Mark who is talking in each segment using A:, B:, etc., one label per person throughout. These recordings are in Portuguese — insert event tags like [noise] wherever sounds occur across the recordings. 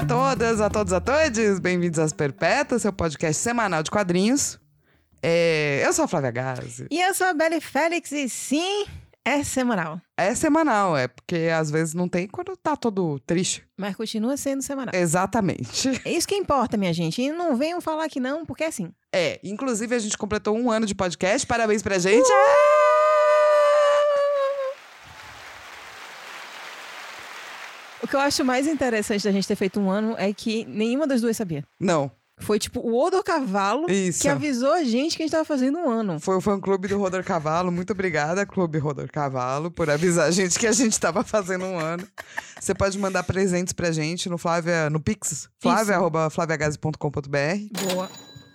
A: a todos, a todos. Bem-vindos às Perpétuas, seu podcast semanal de quadrinhos. É, eu sou a Flávia Gazi.
B: E eu sou a Belle Félix e sim, é semanal.
A: É semanal, é porque às vezes não tem quando tá todo triste.
B: Mas continua sendo semanal.
A: É. Exatamente.
B: É isso que importa, minha gente. E não venham falar que não, porque é assim.
A: É, inclusive a gente completou um ano de podcast. Parabéns pra gente.
B: O que eu acho mais interessante da gente ter feito um ano é que nenhuma das duas sabia.
A: Não,
B: Foi tipo o Odo Cavalo
A: Isso.
B: que avisou a gente que a gente tava fazendo um ano.
A: foi o fã-clube do Rodor Cavalo. Muito obrigada, Clube Rodor Cavalo, por avisar a gente que a gente tava fazendo um ano. Você pode mandar presentes pra gente no Flávia, no Pix, flávia, arroba, flaviagase.com.br.
B: Boa.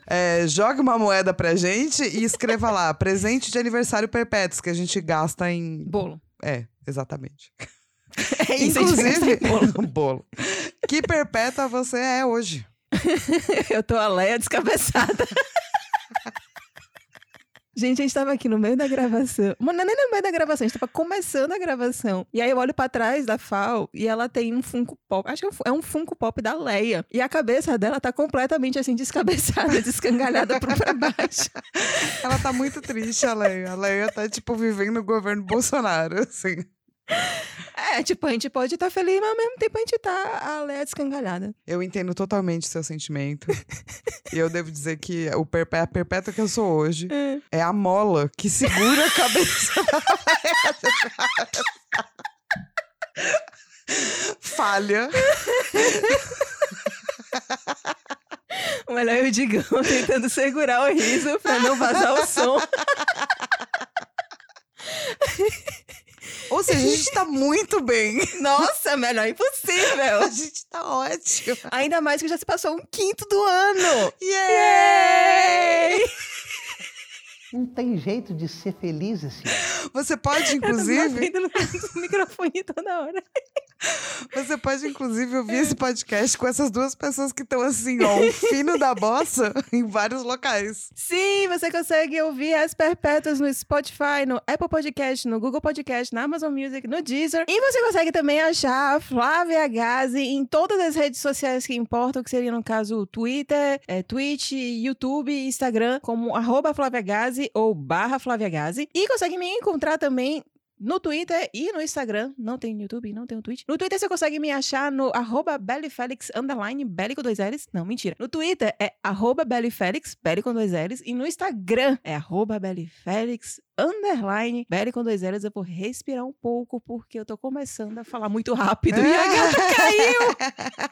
A: É, jogue uma moeda pra gente e escreva lá, [laughs] presente de aniversário perpétuos, que a gente gasta em...
B: Bolo.
A: É, exatamente.
B: [laughs] É a gente
A: Inclusive,
B: gasta em bolo.
A: um [laughs] bolo. Que perpétua você é hoje?
B: Eu tô a Leia descabeçada. Gente, a gente tava aqui no meio da gravação. Mas não é nem no meio da gravação, a gente tava começando a gravação. E aí eu olho pra trás da FAO e ela tem um Funko Pop. Acho que é um fu- é um Funko Pop da Leia. E a cabeça dela tá completamente assim, descabeçada, [laughs] descangalhada pro pra baixo.
A: Ela tá muito triste, a Leia. A Leia tá, tipo, vivendo o governo Bolsonaro, [laughs] assim.
B: É, tipo, a gente pode estar feliz, mas ao mesmo tempo a gente tá a Leia descangalhada.
A: Eu entendo totalmente seu sentimento. e eu devo dizer que o perpé- a perpétua que eu sou hoje é a mola que segura a cabeça. [laughs] da Leia. [laughs] Falha.
B: O melhor é o Digão [laughs] tentando segurar o riso pra não vazar o som. [laughs]
A: Ou seja, a gente tá muito bem. [laughs]
B: Nossa, é melhor impossível.
A: A gente tá ótimo.
B: [laughs] Ainda mais que já se passou um quinto do ano.
A: Yay!
C: Não tem jeito de ser feliz assim.
A: Você pode, inclusive,
B: Eu tô batendo no [laughs] microfone toda hora.
A: você pode, inclusive, ouvir
B: É.
A: esse podcast com essas duas pessoas que estão assim, ó, o fino da bossa [laughs] em vários locais.
B: Sim, você consegue ouvir as perpétuas no Spotify, no Apple Podcast, no Google Podcast, na Amazon Music, no Deezer. E você consegue também achar a Flávia Gazi em todas as redes sociais que importam, que seria, no caso, o Twitter, eh, Twitch, YouTube, Instagram, como arroba Flávia Gazi ou barra Flávia Gazi. E consegue me encontrar também no Twitter e no Instagram. Não tem no YouTube, não tem no Twitch. No Twitter você consegue me achar no arroba belifelix, underline, belly com dois L's. Não, mentira. No Twitter é arroba belifelix, belly com dois L's. E no Instagram é arroba belifelix, underline, belly com dois L's. Eu vou respirar um pouco porque eu tô começando a falar muito rápido. E a gata caiu!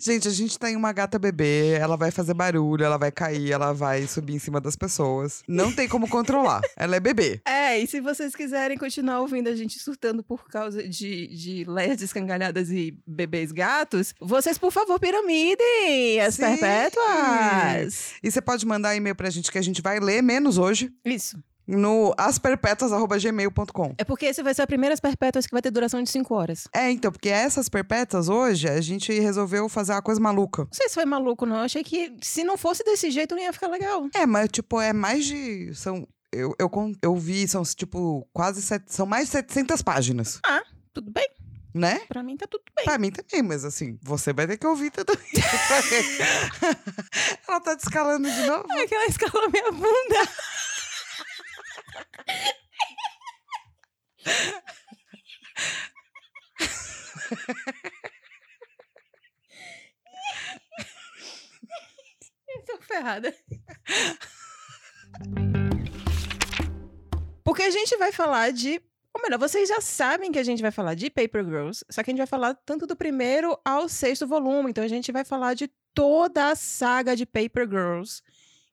A: Gente, a gente tem uma gata bebê, ela vai fazer barulho, ela vai cair, ela vai subir em cima das pessoas. Não tem como
B: [laughs]
A: controlar. Ela é bebê.
B: É, e se vocês quiserem continuar ouvindo a gente surtando por causa de, de leias descangalhadas e bebês gatos, vocês, por favor, piramidem as
A: Sim.
B: perpétuas.
A: E você pode mandar e-mail pra gente que a gente vai ler menos hoje
B: Isso.
A: no asperpetuas@gmail.com.
B: É porque esse vai ser a primeira as perpétuas que vai ter duração de 5 horas.
A: É, então, porque essas perpétuas hoje a gente resolveu fazer uma coisa maluca.
B: Não sei se foi maluco, não. Eu achei que se não fosse desse jeito, não ia ficar legal.
A: É, mas tipo, é mais de são eu, eu, con- eu vi, são tipo quase set, são mais de 700 páginas,
B: Tudo bem?
A: né?
B: Pra mim tá tudo bem.
A: Pra mim também, mas assim, você vai ter que ouvir também. [laughs] Ela tá descalando de novo.
B: Ai, É que ela escalou minha bunda. Eu tô ferrada. Porque a gente vai falar de. Ou melhor, vocês já sabem que a gente vai falar de Paper Girls, só que a gente vai falar tanto do primeiro ao sexto volume. Então a gente vai falar de toda a saga de Paper Girls,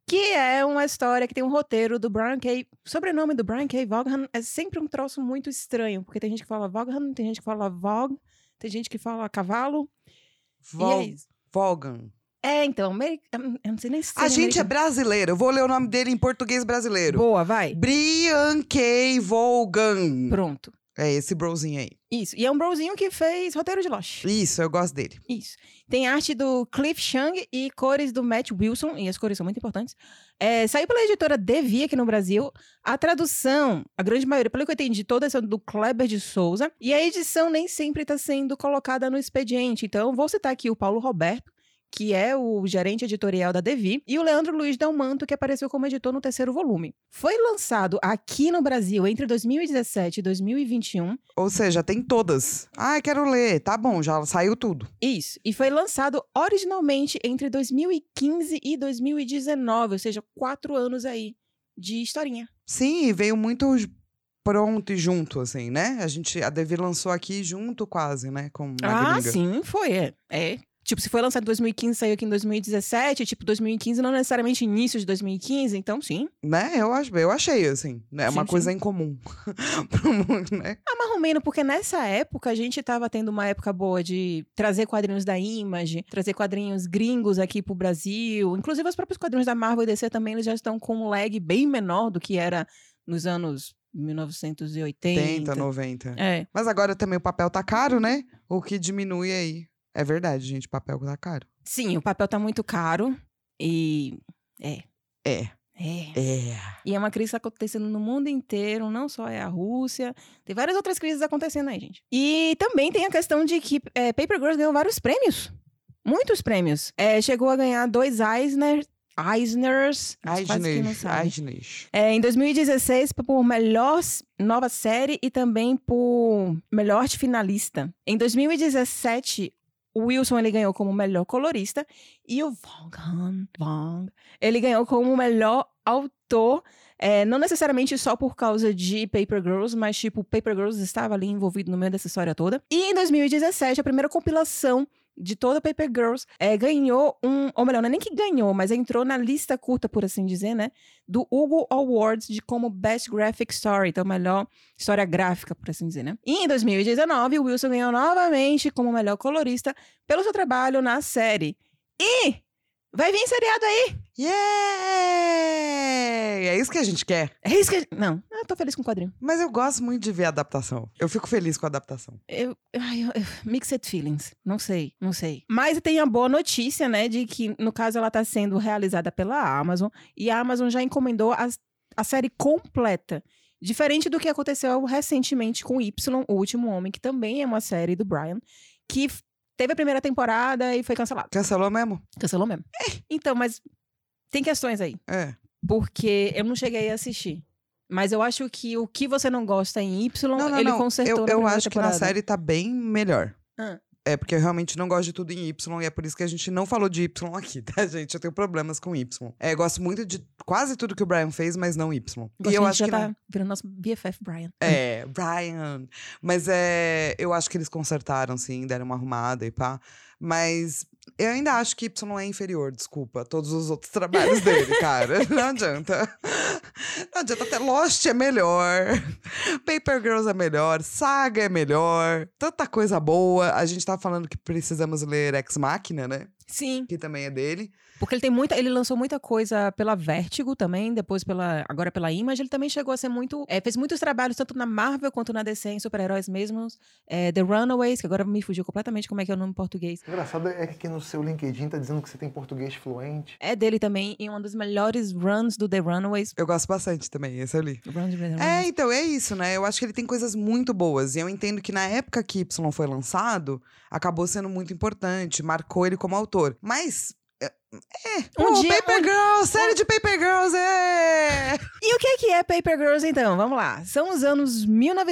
B: que é uma história que tem um roteiro do Brian K. O sobrenome do Brian K. Vaughan é sempre um troço muito estranho, porque tem gente que fala Vaughan, tem gente que fala Vogue, tem gente que fala cavalo.
A: Vol
B: E é, isso.
A: Volgan.
B: é, então, ameri- eu não sei nem se.
A: A gente é brasileiro. Eu vou ler o nome dele em português brasileiro.
B: Boa, vai.
A: Brian K. Volgan.
B: Pronto.
A: É esse brozinho aí.
B: Isso. E é um brozinho que fez roteiro de Lost.
A: Isso, eu gosto dele.
B: Isso. Tem arte do Cliff Chang e cores do Matt Wilson, e as cores são muito importantes. É, saiu pela editora Devia aqui no Brasil. A tradução, a grande maioria, pelo que eu entendi, toda são do Kleber de tá Souza. E a edição nem sempre está sendo colocada no expediente. Então, vou citar aqui o Paulo Roberto. que é o gerente editorial da Devi, e o Leandro Luiz Dalmanto, que apareceu como editor no terceiro volume. Foi lançado aqui no Brasil entre 2017 e 2021.
A: Ou seja, tem todas. Ah, quero ler. Tá bom, já saiu tudo.
B: Isso. E foi lançado originalmente entre 2015 e 2019, ou seja, quatro anos aí de historinha.
A: Sim, e veio muito j- pronto e junto, assim, né? A gente, a Devi lançou aqui junto quase, né? Com a
B: ah,
A: gringa.
B: sim, foi. É. é. Tipo, se foi lançado em 2015, saiu aqui em 2017. Tipo, 2015 não necessariamente início de 2015, então sim.
A: Né? Eu, ach- eu achei, assim. É
B: Sim,
A: uma
B: sim.
A: coisa incomum [laughs] pro mundo, né?
B: Ah, mais ou menos, porque nessa época a gente tava tendo uma época boa de trazer quadrinhos da Image, trazer quadrinhos gringos aqui pro Brasil. Inclusive, os próprios quadrinhos da Marvel e DC também eles já estão com um lag bem menor do que era nos anos 1980.
A: 80, 90.
B: É.
A: Mas agora também o papel tá caro, né? O que diminui aí. É verdade, gente, o papel tá caro.
B: Sim, o papel tá muito caro e. É.
A: É.
B: É.
A: É.
B: E é uma crise acontecendo no mundo inteiro, não só é a Rússia. Tem várias outras crises acontecendo aí, gente. E também tem a questão de que é, Paper Girls ganhou vários prêmios. Muitos prêmios. É, chegou a ganhar dois Eisner, Eisners. quase que não
A: Aisnes,
B: sabe.
A: Aisnes.
B: É, em 2016, por melhor s- nova série e também por melhor arte finalista. Em 2017, o Wilson ele ganhou como melhor colorista e o Vaughan, Vaughn ele ganhou como melhor autor. é, não necessariamente só por causa de Paper Girls, mas tipo, Paper Girls estava ali envolvido no meio dessa história toda. E em 2017, a primeira compilação de toda Paper Girls é, ganhou um. Ou melhor, não é nem que ganhou, mas entrou na lista curta, por assim dizer, né? do Hugo Awards de como Best Graphic Story, então melhor história gráfica, por assim dizer, né? E em 2019, o Wilson ganhou novamente como melhor colorista pelo seu trabalho na série. E vai vir seriado aí!
A: Yay! É isso que a gente quer.
B: É isso que a- Não, eu tô feliz com o quadrinho.
A: Mas eu gosto muito de ver a adaptação. Eu fico feliz com a adaptação.
B: Eu, ai, eu- eu- mixed feelings. Não sei, não sei. Mas tem a boa notícia, né? De que, no caso, ela tá sendo realizada pela Amazon. E a Amazon já encomendou as- a, série completa. Diferente do que aconteceu recentemente com Y, O Último Homem, que também é uma série do Brian, que f- teve a primeira temporada e foi cancelada.
A: Cancelou mesmo?
B: Cancelou mesmo. Então, mas tem questões aí
A: É.
B: porque eu não cheguei a assistir. Mas eu acho que o que você não gosta em Y,
A: Não, não,
B: ele
A: não.
B: consertou
A: eu
B: na
A: eu
B: primeira
A: acho que
B: temporada.
A: na série tá bem melhor.
B: Ah.
A: É porque eu realmente não gosto de tudo em Y e é por isso que a gente não falou de Y aqui, tá, gente? Eu tenho problemas com Y. É, eu gosto muito de quase tudo que o Brian fez, mas não Y.
B: Gosto
A: e eu
B: que a gente
A: acho
B: já
A: que
B: tá virando nosso BFF, Brian.
A: É, Brian. Mas é, eu acho que eles consertaram, sim, deram uma arrumada e pá. Mas eu ainda acho que Y é inferior, desculpa, a todos os outros trabalhos dele, cara. [laughs] Não adianta. Não adianta. Até Lost é melhor, Paper Girls é melhor, Saga é melhor, tanta coisa boa. A gente tá falando que precisamos ler Ex Machina, né?
B: Sim,
A: Que também é dele.
B: porque ele tem muita, ele lançou muita coisa pela Vertigo também, depois pela, agora pela Image, ele também chegou a ser muito, é, fez muitos trabalhos tanto na Marvel quanto na DC em super-heróis mesmos, é, The Runaways, que agora me fugiu completamente como é que é o nome em português.
D: O engraçado é que no seu LinkedIn tá dizendo que você tem português fluente.
B: É dele também e uma das melhores runs do The Runaways.
A: Eu gosto bastante também, esse eu li.
B: Run de The
A: É,
B: Runaways.
A: então, é isso, né? Eu acho que ele tem coisas muito boas. E eu entendo que na época que Y foi lançado, acabou sendo muito importante, marcou ele como autor. Mas. É. é,
B: Um
A: pô,
B: dia-
A: Paper
B: um-
A: Girls! Série de Paper Girls!
B: [laughs]
A: É!
B: E o que é que é Paper Girls então? Vamos lá. São os anos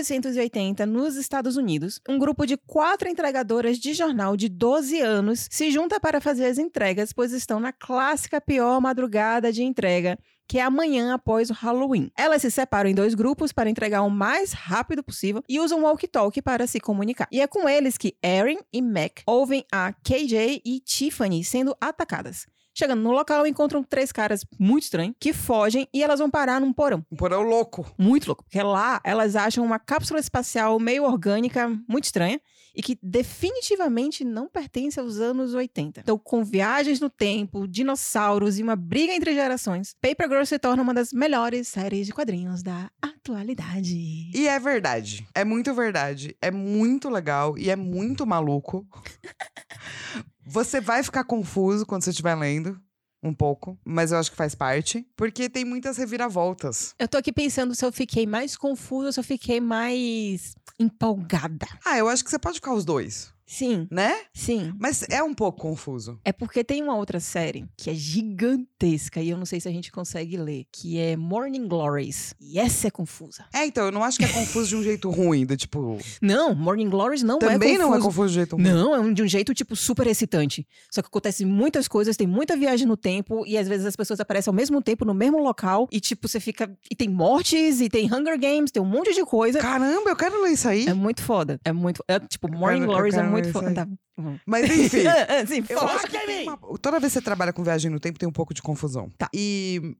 B: 1980 nos Estados Unidos. Um grupo de quatro entregadoras de jornal de 12 anos se junta para fazer as entregas, pois estão na clássica pior madrugada de entrega. Que é amanhã após o Halloween. Elas se separam em dois grupos para entregar o mais rápido possível e usam walkie-talkie para se comunicar. E é com eles que Erin e Mac ouvem a KJ e Tiffany sendo atacadas. Chegando no local, encontram três caras muito estranhos que fogem e elas vão parar num porão.
A: Um porão louco.
B: Muito louco. Porque lá elas acham uma cápsula espacial meio orgânica, muito estranha, e que definitivamente não pertence aos anos 80. Então, com viagens no tempo, dinossauros e uma briga entre gerações, Paper Girls se torna uma das melhores séries de quadrinhos da atualidade.
A: E é verdade. É muito verdade. É muito legal e é muito maluco. Você vai ficar confuso quando você estiver lendo. Um pouco, mas eu acho que faz parte. Porque tem muitas reviravoltas.
B: Eu tô aqui pensando se eu fiquei mais confusa, se eu fiquei mais empolgada.
A: Ah, eu acho que você pode ficar os dois.
B: Sim,
A: né?
B: sim.
A: Mas é um pouco confuso.
B: É porque tem uma outra série que é gigantesca e eu não sei se a gente consegue ler, que é Morning Glories. E essa é confusa.
A: É, então, eu não acho que é confuso de um jeito ruim, do tipo.
B: Não, Morning Glories não
A: também
B: é
A: não é
B: confuso.
A: confuso de jeito ruim.
B: Não, é um- de um jeito, tipo, super excitante. Só que acontece muitas coisas, tem muita viagem no tempo, e às vezes as pessoas aparecem ao mesmo tempo, no mesmo local, e tipo, você fica. E tem mortes, e tem Hunger Games, tem um monte de coisa.
A: Caramba, eu quero ler isso aí.
B: É muito foda. É muito. é, tipo,
A: Eu
B: Morning
A: quero- eu
B: Glories é
A: quero
B: muito
A: isso
B: foda.
A: aí.
B: Tá.
A: Mas
B: [laughs]
A: enfim.
B: Ah, ah, Sim,
A: Eu
B: foda.
A: acho que tem uma- toda vez que você trabalha com viagem no tempo, tem um pouco de confusão.
B: Tá.
A: E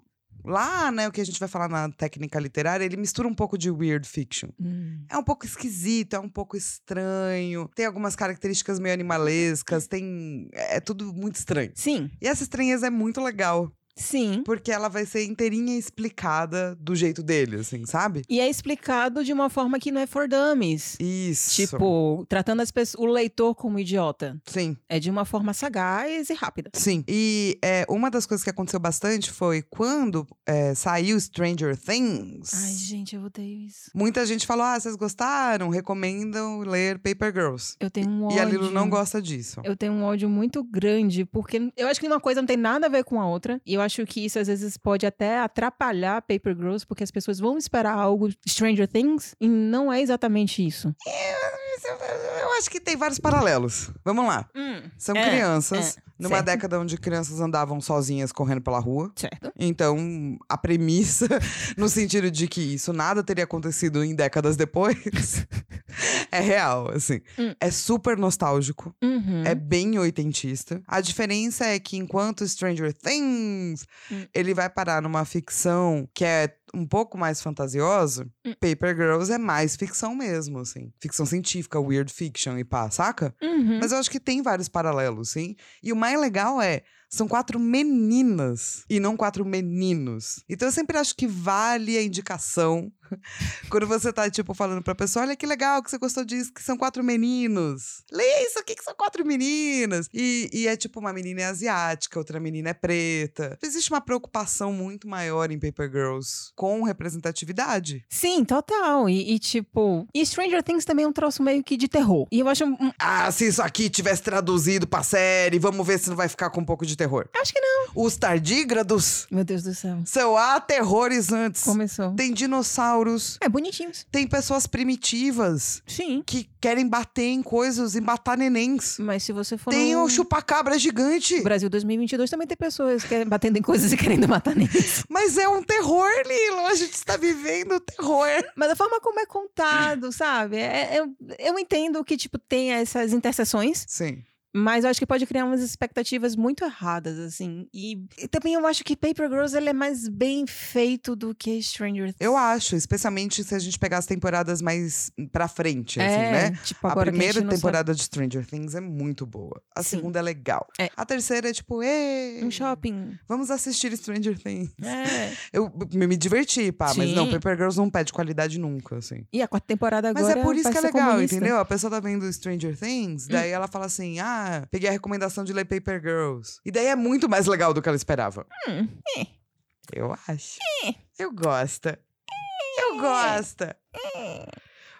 A: lá, né, o que a gente vai falar na técnica literária, ele mistura um pouco de weird fiction.
B: Hum.
A: É um pouco esquisito, é um pouco estranho. Tem algumas características meio animalescas, tem. É tudo muito estranho.
B: Sim,
A: E essa estranheza é muito legal,
B: sim.
A: porque ela vai ser inteirinha explicada do jeito dele, assim, sabe?
B: E é explicado de uma forma que não é for dummies.
A: Isso.
B: Tipo, tratando as pessoas, o leitor como idiota.
A: Sim,
B: É de uma forma sagaz e rápida.
A: sim. E é, uma das coisas que aconteceu bastante foi quando é, saiu Stranger Things.
B: Ai, gente, eu odeio isso.
A: Muita gente falou: ah, vocês gostaram? Recomendam ler Paper Girls.
B: Eu tenho um ódio.
A: E a Lilo não gosta disso.
B: Eu tenho um ódio muito grande, porque eu acho que uma coisa não tem nada a ver com a outra. E eu acho que isso às vezes pode até atrapalhar Paper Girls, porque as pessoas vão esperar algo Stranger Things e não é exatamente isso.
A: Eu acho que tem vários paralelos. Vamos lá. São
B: É,
A: crianças, numa
B: certo.
A: década onde crianças andavam sozinhas correndo pela rua.
B: certo.
A: Então, a premissa, [laughs] no sentido de que isso nada teria acontecido em décadas depois, [laughs] é real, assim.
B: Hum.
A: É super nostálgico,
B: Uhum.
A: é bem oitentista. A diferença é que enquanto Stranger Things,
B: Hum.
A: ele vai parar numa ficção que é um pouco mais fantasiosa,
B: Hum.
A: Paper Girls é mais ficção mesmo, assim. Ficção científica, weird fiction e pá, saca?
B: Uhum.
A: Mas eu acho que tem vários paralelos, sim. E o mais legal é, são quatro meninas e não quatro meninos. Então eu sempre acho que vale a indicação. [laughs] Quando você tá, tipo, falando pra pessoa, olha que legal que você gostou disso, que são quatro meninos. Leia isso aqui que são quatro meninas. E, e é tipo, uma menina é asiática, outra menina é preta. Existe uma preocupação muito maior em Paper Girls com representatividade.
B: Sim, total. E, e, tipo. E Stranger Things também é um troço meio que de terror. E eu acho. um- um-
A: Ah, se isso aqui tivesse traduzido pra série, vamos ver se não vai ficar com um pouco de terror.
B: Acho que não.
A: Os tardígrados
B: Meu Deus do céu.
A: são aterrorizantes.
B: Começou.
A: Tem dinossauros,
B: É bonitinhos.
A: tem pessoas primitivas
B: Sim.
A: que querem bater em coisas e matar nenéns.
B: Mas se você for.
A: Tem
B: no-
A: o chupacabra gigante.
B: Brasil 2022 também tem pessoas que é, batendo em coisas e querendo matar neles.
A: Mas é um terror, Lilo. A gente está vivendo o terror.
B: [laughs] Mas a forma como é contado, sabe? É- eu, eu entendo que, tipo, tem essas interseções,
A: Sim.
B: mas eu acho que pode criar umas expectativas muito erradas, assim. E, e também eu acho que Paper Girls, ele é mais bem feito do que Stranger Things.
A: Eu acho, especialmente se a gente pegar as temporadas mais pra frente,
B: é,
A: assim, né?
B: tipo,
A: A
B: agora que
A: primeira
B: gente não sabe-
A: temporada de Stranger Things é muito boa. A
B: Sim.
A: segunda é legal.
B: É.
A: A terceira é tipo, ei,
B: Um shopping.
A: vamos assistir Stranger Things.
B: É.
A: Eu me me diverti, pá, mas não,
B: Sim.
A: Paper Girls não pede qualidade nunca, assim.
B: E a quarta temporada agora
A: Mas é por isso
B: vai
A: que é
B: ser
A: legal,
B: comunista. Hum.
A: entendeu? A pessoa tá vendo Stranger Things, daí ela fala assim: ah, peguei a recomendação de ler Paper Girls. E daí é muito mais legal do que ela esperava.
B: Hum, é.
A: Eu acho. Eu gosto. Eu gosto.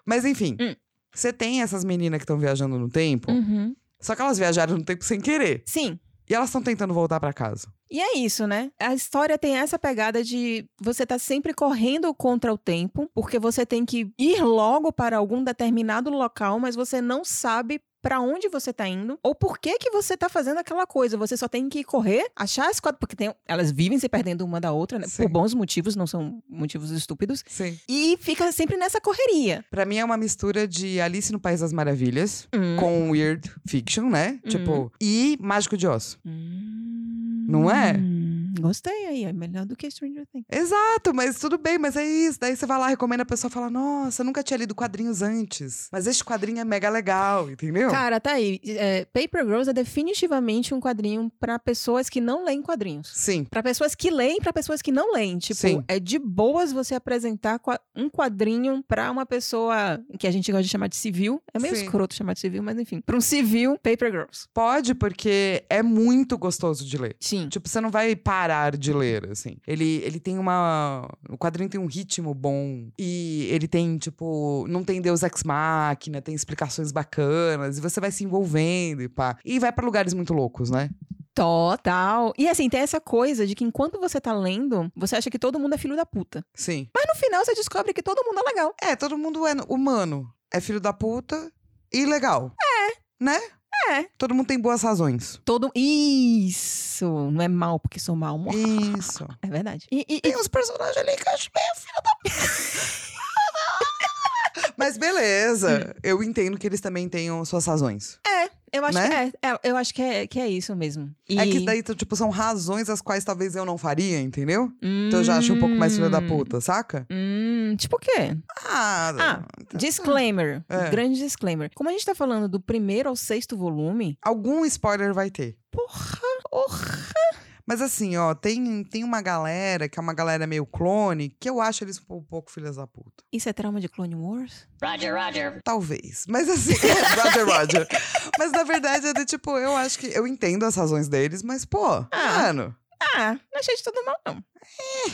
A: Mas enfim,
B: É. Hum.
A: você tem essas meninas que estão viajando no tempo,
B: Uhum.
A: só que elas viajaram no tempo sem querer.
B: Sim.
A: E elas estão tentando voltar pra casa.
B: E é isso, né? A história tem essa pegada de você tá sempre correndo contra o tempo, porque você tem que ir logo para algum determinado local, mas você não sabe para onde você tá indo ou por que que você tá fazendo aquela coisa. Você só tem que correr, achar as quatro, porque tem- elas vivem se perdendo uma da outra, né?
A: Sim.
B: Por bons motivos, não são motivos estúpidos.
A: Sim.
B: E fica sempre nessa correria.
A: Pra mim é uma mistura de Alice no País das Maravilhas.
B: Hum.
A: com weird fiction, né?
B: Uhum.
A: Tipo, e Mágico de Oz. Não é?
B: Hum, Gostei aí, é melhor do que Stranger Things.
A: Exato, Ah, tá, mas tudo bem, mas é isso. Daí você vai lá, recomenda a pessoa fala: Nossa, eu nunca tinha lido quadrinhos antes. Mas este quadrinho é mega legal, entendeu?
B: Cara, tá aí. É, Paper Girls é definitivamente um quadrinho pra pessoas que não leem quadrinhos.
A: Sim.
B: Pra pessoas que leem, pra pessoas que não leem. Tipo,
A: Sim.
B: é de boas você apresentar qua- um quadrinho pra uma pessoa que a gente gosta de chamar de civil. É meio
A: Sim.
B: escroto chamar de civil, mas enfim. Pra um civil, Paper Girls.
A: Pode, porque é muito gostoso de ler.
B: Sim.
A: Tipo, você não vai, pá, parar de ler, assim. Ele, ele tem uma. O quadrinho tem um ritmo bom. E ele tem, tipo, não tem Deus Ex Machina, tem explicações bacanas. E você vai se envolvendo e pá. E vai pra lugares muito loucos, né?
B: Total. E assim, tem essa coisa de que enquanto você tá lendo, você acha que todo mundo é filho da puta.
A: Sim.
B: Mas no final você descobre que todo mundo é legal.
A: É, todo mundo é humano. É filho da puta e legal. É. Né?
B: É.
A: Todo mundo tem boas razões.
B: Todo. Isso! Não é mal porque sou mal.
A: Isso.
B: É verdade. E, e- e-
A: Tem uns personagens ali que eu acho meio filho da Mas
B: [laughs]
A: beleza. Eu entendo que eles também tenham suas razões.
B: eu acho,
A: né?
B: que, é, é, eu acho que, é, que é isso mesmo. E-
A: É que daí, tipo, são razões as quais talvez eu não faria, entendeu? Então eu já acho um pouco mais filho da
B: Hum.
A: puta, saca?
B: Hum, tipo o quê?
A: Ah,
B: Disclaimer. Um
A: É.
B: Grande disclaimer. Como a gente tá falando do primeiro ao sexto volume.
A: algum spoiler vai ter.
B: Porra! Porra!
A: Mas assim, ó, tem, tem uma galera que é uma galera meio clone que eu acho eles um pouco filhas da puta.
B: Isso é trauma de Clone Wars?
A: Talvez. Mas assim, Roger, Roger. [laughs] Mas na verdade é do tipo, eu acho que eu entendo as razões deles, mas pô, mano.
B: Ah, não achei de todo mal, não. É.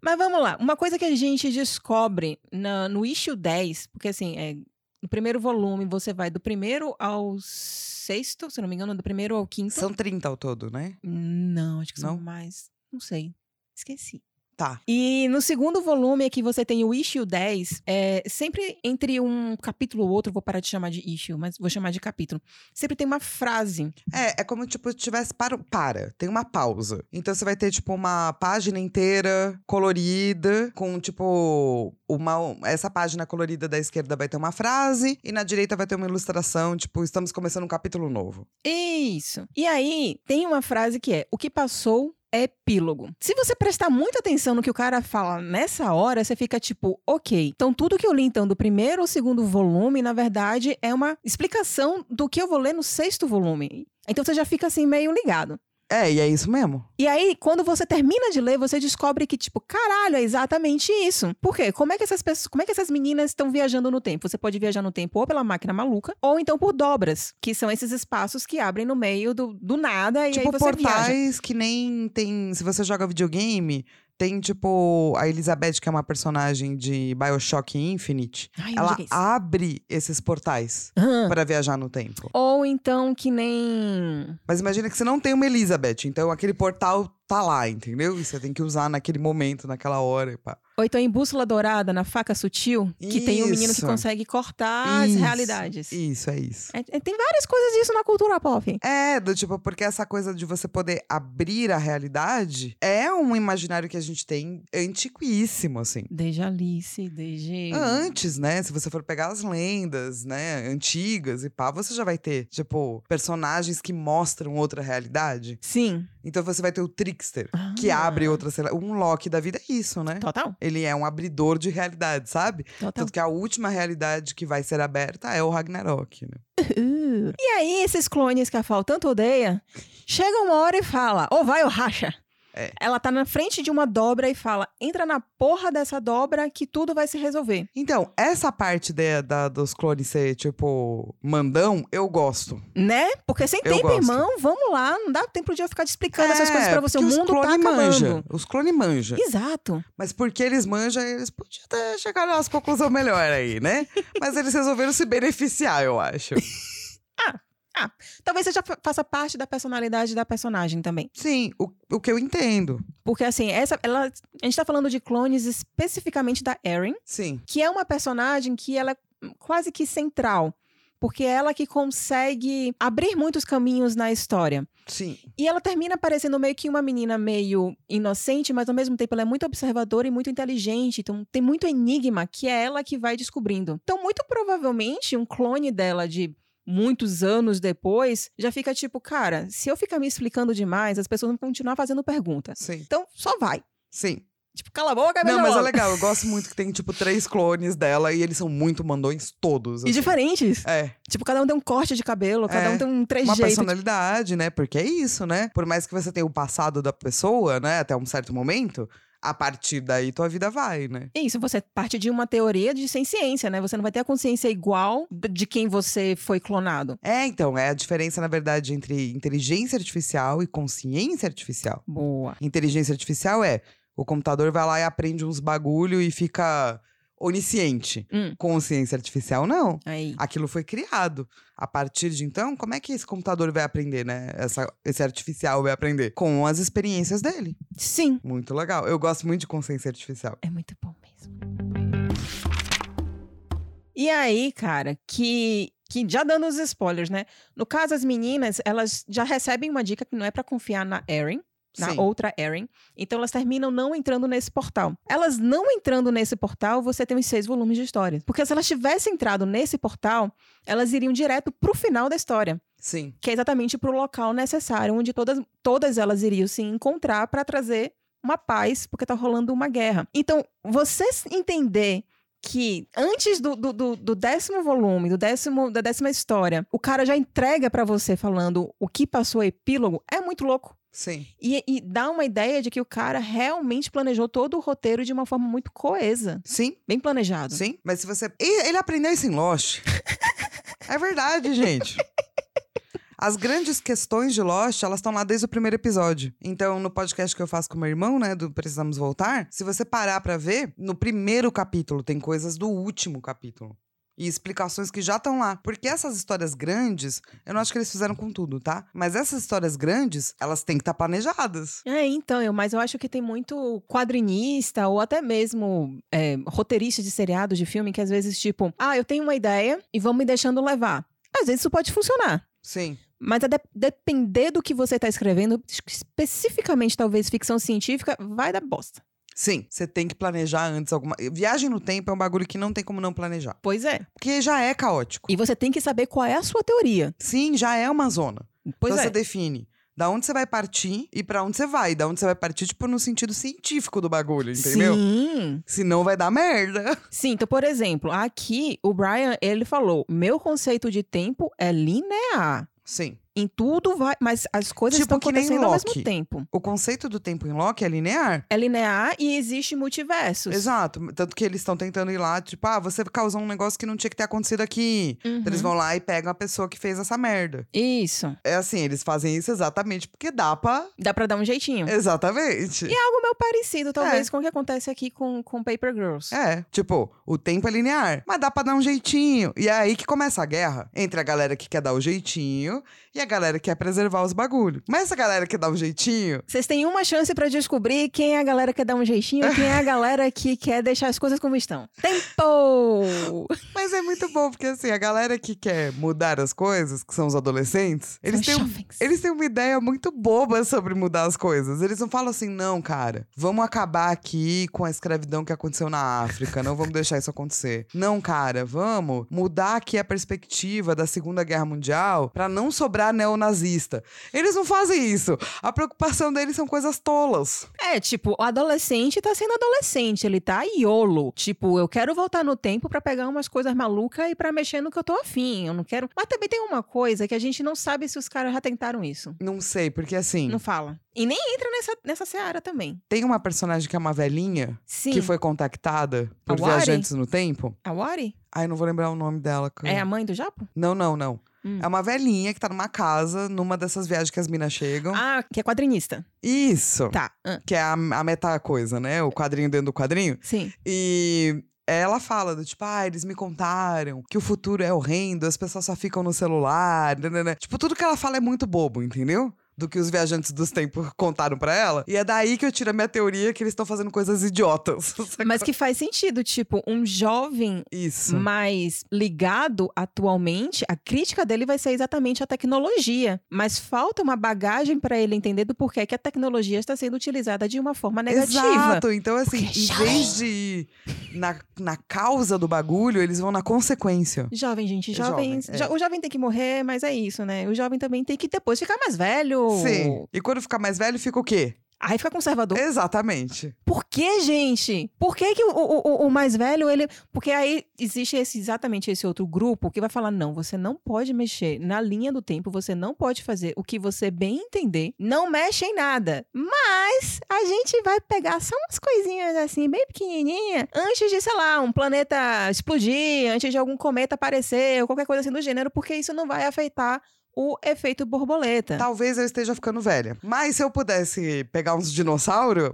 B: Mas vamos lá. Uma coisa que a gente descobre na- no issue 10, porque assim, é, no primeiro volume você vai do primeiro ao sexto, se não me engano, do primeiro ao quinto.
A: São 30 ao todo, né?
B: Não, acho que são
A: Não?
B: mais. Não sei. Esqueci.
A: Tá.
B: E no segundo volume aqui você tem o issue 10. É, sempre entre um capítulo ou outro, vou parar de chamar de issue, mas vou chamar de capítulo. Sempre tem uma frase.
A: É, é como tipo, tivesse para, para, tem uma pausa. Então você vai ter tipo uma página inteira colorida com tipo uma essa página colorida da esquerda vai ter uma frase e na direita vai ter uma ilustração, tipo, estamos começando um capítulo novo.
B: Isso. E aí tem uma frase que é: O que passou é epílogo. Se você prestar muita atenção no que o cara fala nessa hora, você fica tipo, ok. Então tudo que eu li então do primeiro ou segundo volume, na verdade, é uma explicação do que eu vou ler no sexto volume. Então você já fica assim meio ligado.
A: É, e é isso mesmo.
B: E aí, quando você termina de ler, você descobre que, tipo, caralho, é exatamente isso. Por quê? Como é que essas pessoas, como é que essas meninas estão viajando no tempo? Você pode viajar no tempo ou pela máquina maluca, ou então por dobras, que são esses espaços que abrem no meio do, do nada e
A: tipo
B: aí você
A: portais
B: viaja.
A: que nem tem, se você joga videogame, tem tipo a Elizabeth que é uma personagem de BioShock Infinite.
B: Ai, eu
A: Ela
B: joguei isso. Ah.
A: abre esses portais
B: Aham.
A: pra viajar no tempo.
B: Ou então que nem.
A: Mas imagina que você não tem uma Elizabeth, então aquele portal tá lá, entendeu? E você tem que usar naquele momento, naquela hora. e Pá.
B: Ou então em Bússola Dourada, na faca sutil, que tem um menino que
A: Isso.
B: consegue cortar
A: Isso,
B: as realidades.
A: Isso, é isso.
B: É- é- tem várias coisas disso na cultura pop.
A: É, do tipo, porque essa coisa de você poder abrir a realidade é um imaginário que a gente tem antiquíssimo, assim.
B: Desde Alice, desde.
A: Antes, né? Se você for pegar as lendas, né, antigas e pá, você já vai ter, tipo, personagens que mostram outra realidade.
B: Sim.
A: Então você vai ter o Trickster, que
B: Ah,
A: abre outra, sei lá, um Loki da vida é isso, né?
B: Total,
A: Ele é um abridor de realidade, sabe?
B: total.
A: Tanto que a última realidade que vai ser aberta é o Ragnarok, né?
B: Uh. E aí, esses clones que a Fal tanto odeia, chegam uma hora e fala, ou vai ou racha.
A: É.
B: Ela tá na frente de uma dobra e fala, entra na porra dessa dobra que tudo vai se resolver.
A: Então, essa parte de- da, dos clones ser, tipo, mandão, eu gosto.
B: Né? Porque sem
A: Eu
B: tempo,
A: gosto.
B: irmão, vamos lá. Não dá tempo de eu ficar te explicando essas
A: É,
B: coisas pra você. O
A: porque os
B: mundo tá
A: clone
B: acabando.
A: manja. Os clones manjam.
B: Exato.
A: Mas porque eles manjam, eles podiam ter chegado a uma conclusão melhor aí, né? Mas eles resolveram se beneficiar, eu acho.
B: Talvez seja faça parte da personalidade da personagem também.
A: Sim, o, o que eu entendo.
B: Porque assim, essa ela, a gente tá falando de clones especificamente da Erin,
A: Sim.
B: que é uma personagem que ela é quase que central, porque é ela que consegue abrir muitos caminhos na história.
A: Sim.
B: E ela termina parecendo meio que uma menina meio inocente, mas ao mesmo tempo ela é muito observadora e muito inteligente, então tem muito enigma que é ela que vai descobrindo. Então, muito provavelmente, um clone dela de muitos anos depois já fica tipo, cara, se eu ficar me explicando demais, as pessoas vão continuar fazendo perguntas.
A: Sim.
B: Então, só vai.
A: Sim.
B: Tipo, cala a boca,
A: Não,
B: beija
A: mas é
B: logo.
A: legal. Eu gosto muito que tem, tipo, três clones dela e eles são muito mandões todos.
B: E
A: assim.
B: diferentes.
A: É.
B: Tipo, cada um tem um corte de cabelo, cada
A: É,
B: um tem um três
A: uma
B: jeito.
A: personalidade, né? Porque é isso, né? Por mais que você tenha o passado da pessoa, né, até um certo momento, A partir daí, tua vida vai, né?
B: E Isso, você parte de uma teoria de sem ciência, né? Você não vai ter a consciência igual d- de quem você foi clonado.
A: É, então, é a diferença, na verdade, entre inteligência artificial e consciência artificial.
B: Boa.
A: Inteligência artificial é o computador vai lá e aprende uns bagulho e fica onisciente.
B: Hum.
A: Consciência artificial, não.
B: Aí.
A: Aquilo foi criado. A partir de então, como é que esse computador vai aprender, né? Essa- esse artificial vai aprender? Com as experiências dele.
B: Sim.
A: Muito legal. Eu gosto muito de consciência artificial.
B: É muito bom mesmo. E aí, cara, que, que já dando os spoilers, né? No caso, as meninas, elas já recebem uma dica que não é pra confiar na Erin, na
A: Sim.
B: outra Erin. Então elas terminam não entrando nesse portal. Elas não entrando nesse portal, você tem os seis volumes de história. Porque se elas tivessem entrado nesse portal, elas iriam direto pro final da história
A: Sim.
B: que é exatamente para o local necessário, onde todas, todas elas iriam se encontrar para trazer uma paz, porque tá rolando uma guerra. Então, você s- entender que antes do, do, do- do décimo volume, do décimo, da décima história, o cara já entrega para você falando o que passou epílogo, é muito louco.
A: Sim.
B: E, e dá uma ideia de que o cara realmente planejou todo o roteiro de uma forma muito coesa,
A: Sim.
B: bem planejado.
A: Sim. Mas se você. Ih, ele aprendeu isso em Lost. é verdade, gente. As grandes questões de Lost, elas estão lá desde o primeiro episódio. Então, no podcast que eu faço com meu irmão, né, do Precisamos Voltar, se você parar pra ver, no primeiro capítulo tem coisas do último capítulo. E explicações que já estão lá. Porque essas histórias grandes, eu não acho que eles fizeram com tudo, tá? Mas essas histórias grandes, elas têm que estar planejadas.
B: É, então, eu, mas eu acho que tem muito quadrinista ou até mesmo é, roteirista de seriados de filme que às vezes, tipo, ah, eu tenho uma ideia e vão me deixando levar. Às vezes isso pode funcionar.
A: Sim.
B: Mas a de- depender do que você tá escrevendo, es- especificamente talvez ficção científica, vai dar bosta.
A: Sim, você tem que planejar antes alguma. Viagem no tempo é um bagulho que não tem como não planejar.
B: Pois é.
A: Porque já é caótico.
B: E você tem que saber qual é a sua teoria.
A: Sim, já é uma zona.
B: Pois
A: então
B: é.
A: você define da onde você vai partir e pra onde você vai. Da onde você vai partir, tipo, no sentido científico do bagulho, entendeu?
B: Sim.
A: Senão vai dar merda. [laughs]
B: Sim, então, por exemplo, aqui o Brian, ele falou: meu conceito de tempo é linear.
A: Sim.
B: Em tudo vai, mas as coisas
A: Tipo
B: estão
A: que nem
B: acontecendo ao mesmo
A: Loki.
B: tempo.
A: O conceito do tempo em Loki é linear.
B: É linear e existe multiversos.
A: Exato. Tanto que eles estão tentando ir lá, tipo, ah, você causou um negócio que não tinha que ter acontecido aqui.
B: Uhum.
A: Então eles vão lá e pegam a pessoa que fez essa merda.
B: Isso.
A: É assim, eles fazem isso exatamente porque dá pra.
B: Dá pra dar um jeitinho.
A: Exatamente.
B: E é algo meio parecido, talvez, com o que acontece aqui com, com Paper Girls.
A: É, tipo, o tempo é linear, mas dá pra dar um jeitinho. E é aí que começa a guerra entre a galera que quer dar o jeitinho e a galera que quer preservar os bagulhos. Mas essa galera que dá o jeitinho,
B: Vocês têm uma chance pra descobrir quem é a galera que quer dar um jeitinho e quem é a galera que quer deixar as coisas como estão. Tempo!
A: mas é muito bom, porque assim, a galera que quer mudar as coisas, que são os adolescentes, eles
B: São
A: têm, um-
B: jovens.
A: eles têm uma ideia muito boba sobre mudar as coisas. Eles não falam assim, não, cara, vamos acabar aqui com a escravidão que aconteceu na África, não vamos deixar isso acontecer. Não, cara, vamos mudar aqui a perspectiva da Segunda Guerra Mundial pra não sobrar neonazista. Eles não fazem isso. A preocupação deles são coisas tolas.
B: É, tipo, o adolescente tá sendo adolescente, ele tá iolo. Tipo, eu quero voltar no tempo pra pegar umas coisas malucas e pra mexer no que eu tô afim. Eu não quero. Mas também tem uma coisa que a gente não sabe se os caras já tentaram isso.
A: Não sei, porque assim,
B: Não fala. E nem entra nessa, nessa seara também.
A: tem uma personagem que é uma velhinha
B: Sim.
A: que foi contactada por
B: A Wari?
A: viajantes no tempo.
B: A Wari?
A: Ai, não vou lembrar o nome dela. cara.
B: É a mãe do Japo?
A: Não, não, não.
B: Hum.
A: É uma velhinha que tá numa casa, numa dessas viagens que as minas chegam.
B: Ah, que é quadrinista.
A: Isso!
B: Tá. ah,
A: Que é a, a meta coisa, né? O quadrinho dentro do quadrinho.
B: sim.
A: E ela fala do tipo, ah, eles me contaram que o futuro é horrendo, as pessoas só ficam no celular. nananã. Tipo, tudo que ela fala é muito bobo, entendeu? Do que os viajantes dos tempos [laughs] contaram pra ela. E é daí que eu tiro a minha teoria que eles estão fazendo coisas idiotas. [laughs]
B: Mas que faz sentido, tipo, um jovem
A: Isso.
B: mais ligado atualmente, a crítica dele vai ser exatamente a tecnologia, mas falta uma bagagem pra ele entender do porquê que a tecnologia está sendo utilizada de uma forma negativa.
A: Exato. Então, assim,
B: Porque é
A: em vez de ir na, na causa do bagulho, eles vão na consequência.
B: Jovem, gente,
A: É
B: jovens.
A: jovem, é.
B: jo- O jovem tem que morrer, mas é isso, né? O jovem também tem que depois ficar mais velho.
A: Sim. E quando ficar mais velho, fica o quê?
B: Aí fica conservador.
A: Exatamente.
B: Por que, gente? Por que, que o, o- o- o mais velho, ele. Porque aí existe esse- exatamente esse outro grupo que vai falar: não, você não pode mexer na linha do tempo, você não pode fazer o que você bem entender, não mexe em nada. Mas a gente vai pegar só umas coisinhas assim, bem pequenininha, antes de, sei lá, um planeta explodir, antes de algum cometa aparecer, ou qualquer coisa assim do gênero, porque isso não vai afetar o efeito borboleta.
A: Talvez eu esteja ficando velha. Mas se eu pudesse pegar uns
B: [laughs]
A: dinossauros,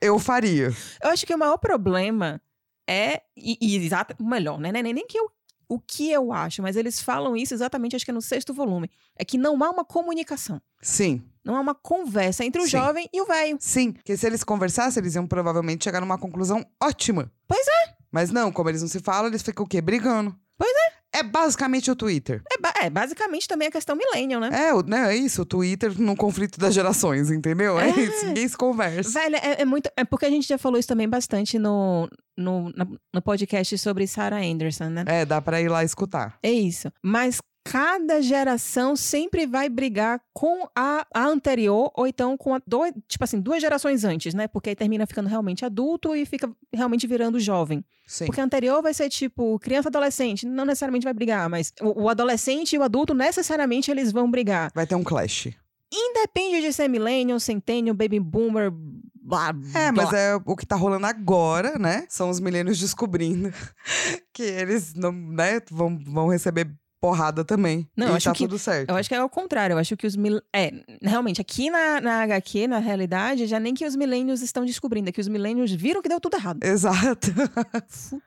A: eu faria.
B: Eu acho que o maior problema é. E, e exata- melhor, né? Nem, nem- nem que eu. O que eu acho, mas eles falam isso exatamente, acho que é no sexto volume. É que não há uma comunicação.
A: Sim,
B: Não há uma conversa entre o
A: Sim.
B: jovem e o velho.
A: sim. Porque se eles conversassem, eles iam provavelmente chegar numa conclusão ótima.
B: Pois
A: é. Mas não, como eles não se falam, eles ficam o quê? Brigando.
B: Pois
A: é. É basicamente o Twitter.
B: É, ba- é, basicamente também a questão millennial, né?
A: É, o- né, é isso, o Twitter num conflito das gerações, entendeu? É,
B: É.
A: isso, ninguém se conversa.
B: Velho, é, é muito. É porque a gente já falou isso também bastante no, no, na- no podcast sobre Sarah Anderson, né?
A: É, dá pra ir lá escutar.
B: É isso. Mas cada geração sempre vai brigar com a, a anterior ou então com a dois, tipo assim, duas gerações antes, né? Porque aí termina ficando realmente adulto e fica realmente virando jovem.
A: Sim.
B: Porque a anterior vai ser tipo criança adolescente, não necessariamente vai brigar, mas o, o adolescente e o adulto necessariamente eles vão brigar.
A: Vai ter um clash.
B: Independe de ser millennial, centennial, baby boomer, blá, blá.
A: É, mas é o que tá rolando agora, né? São os milênios descobrindo [laughs] que eles não, né, vão, vão receber porrada também.
B: Não,
A: e
B: eu acho
A: tá
B: que-
A: tudo certo.
B: Eu acho que é o contrário. Eu acho que os mil... É, realmente, aqui na, na HQ, na realidade, já nem que os milênios estão descobrindo, é que os milênios viram que deu tudo errado.
A: Exato. [laughs]
B: Fu-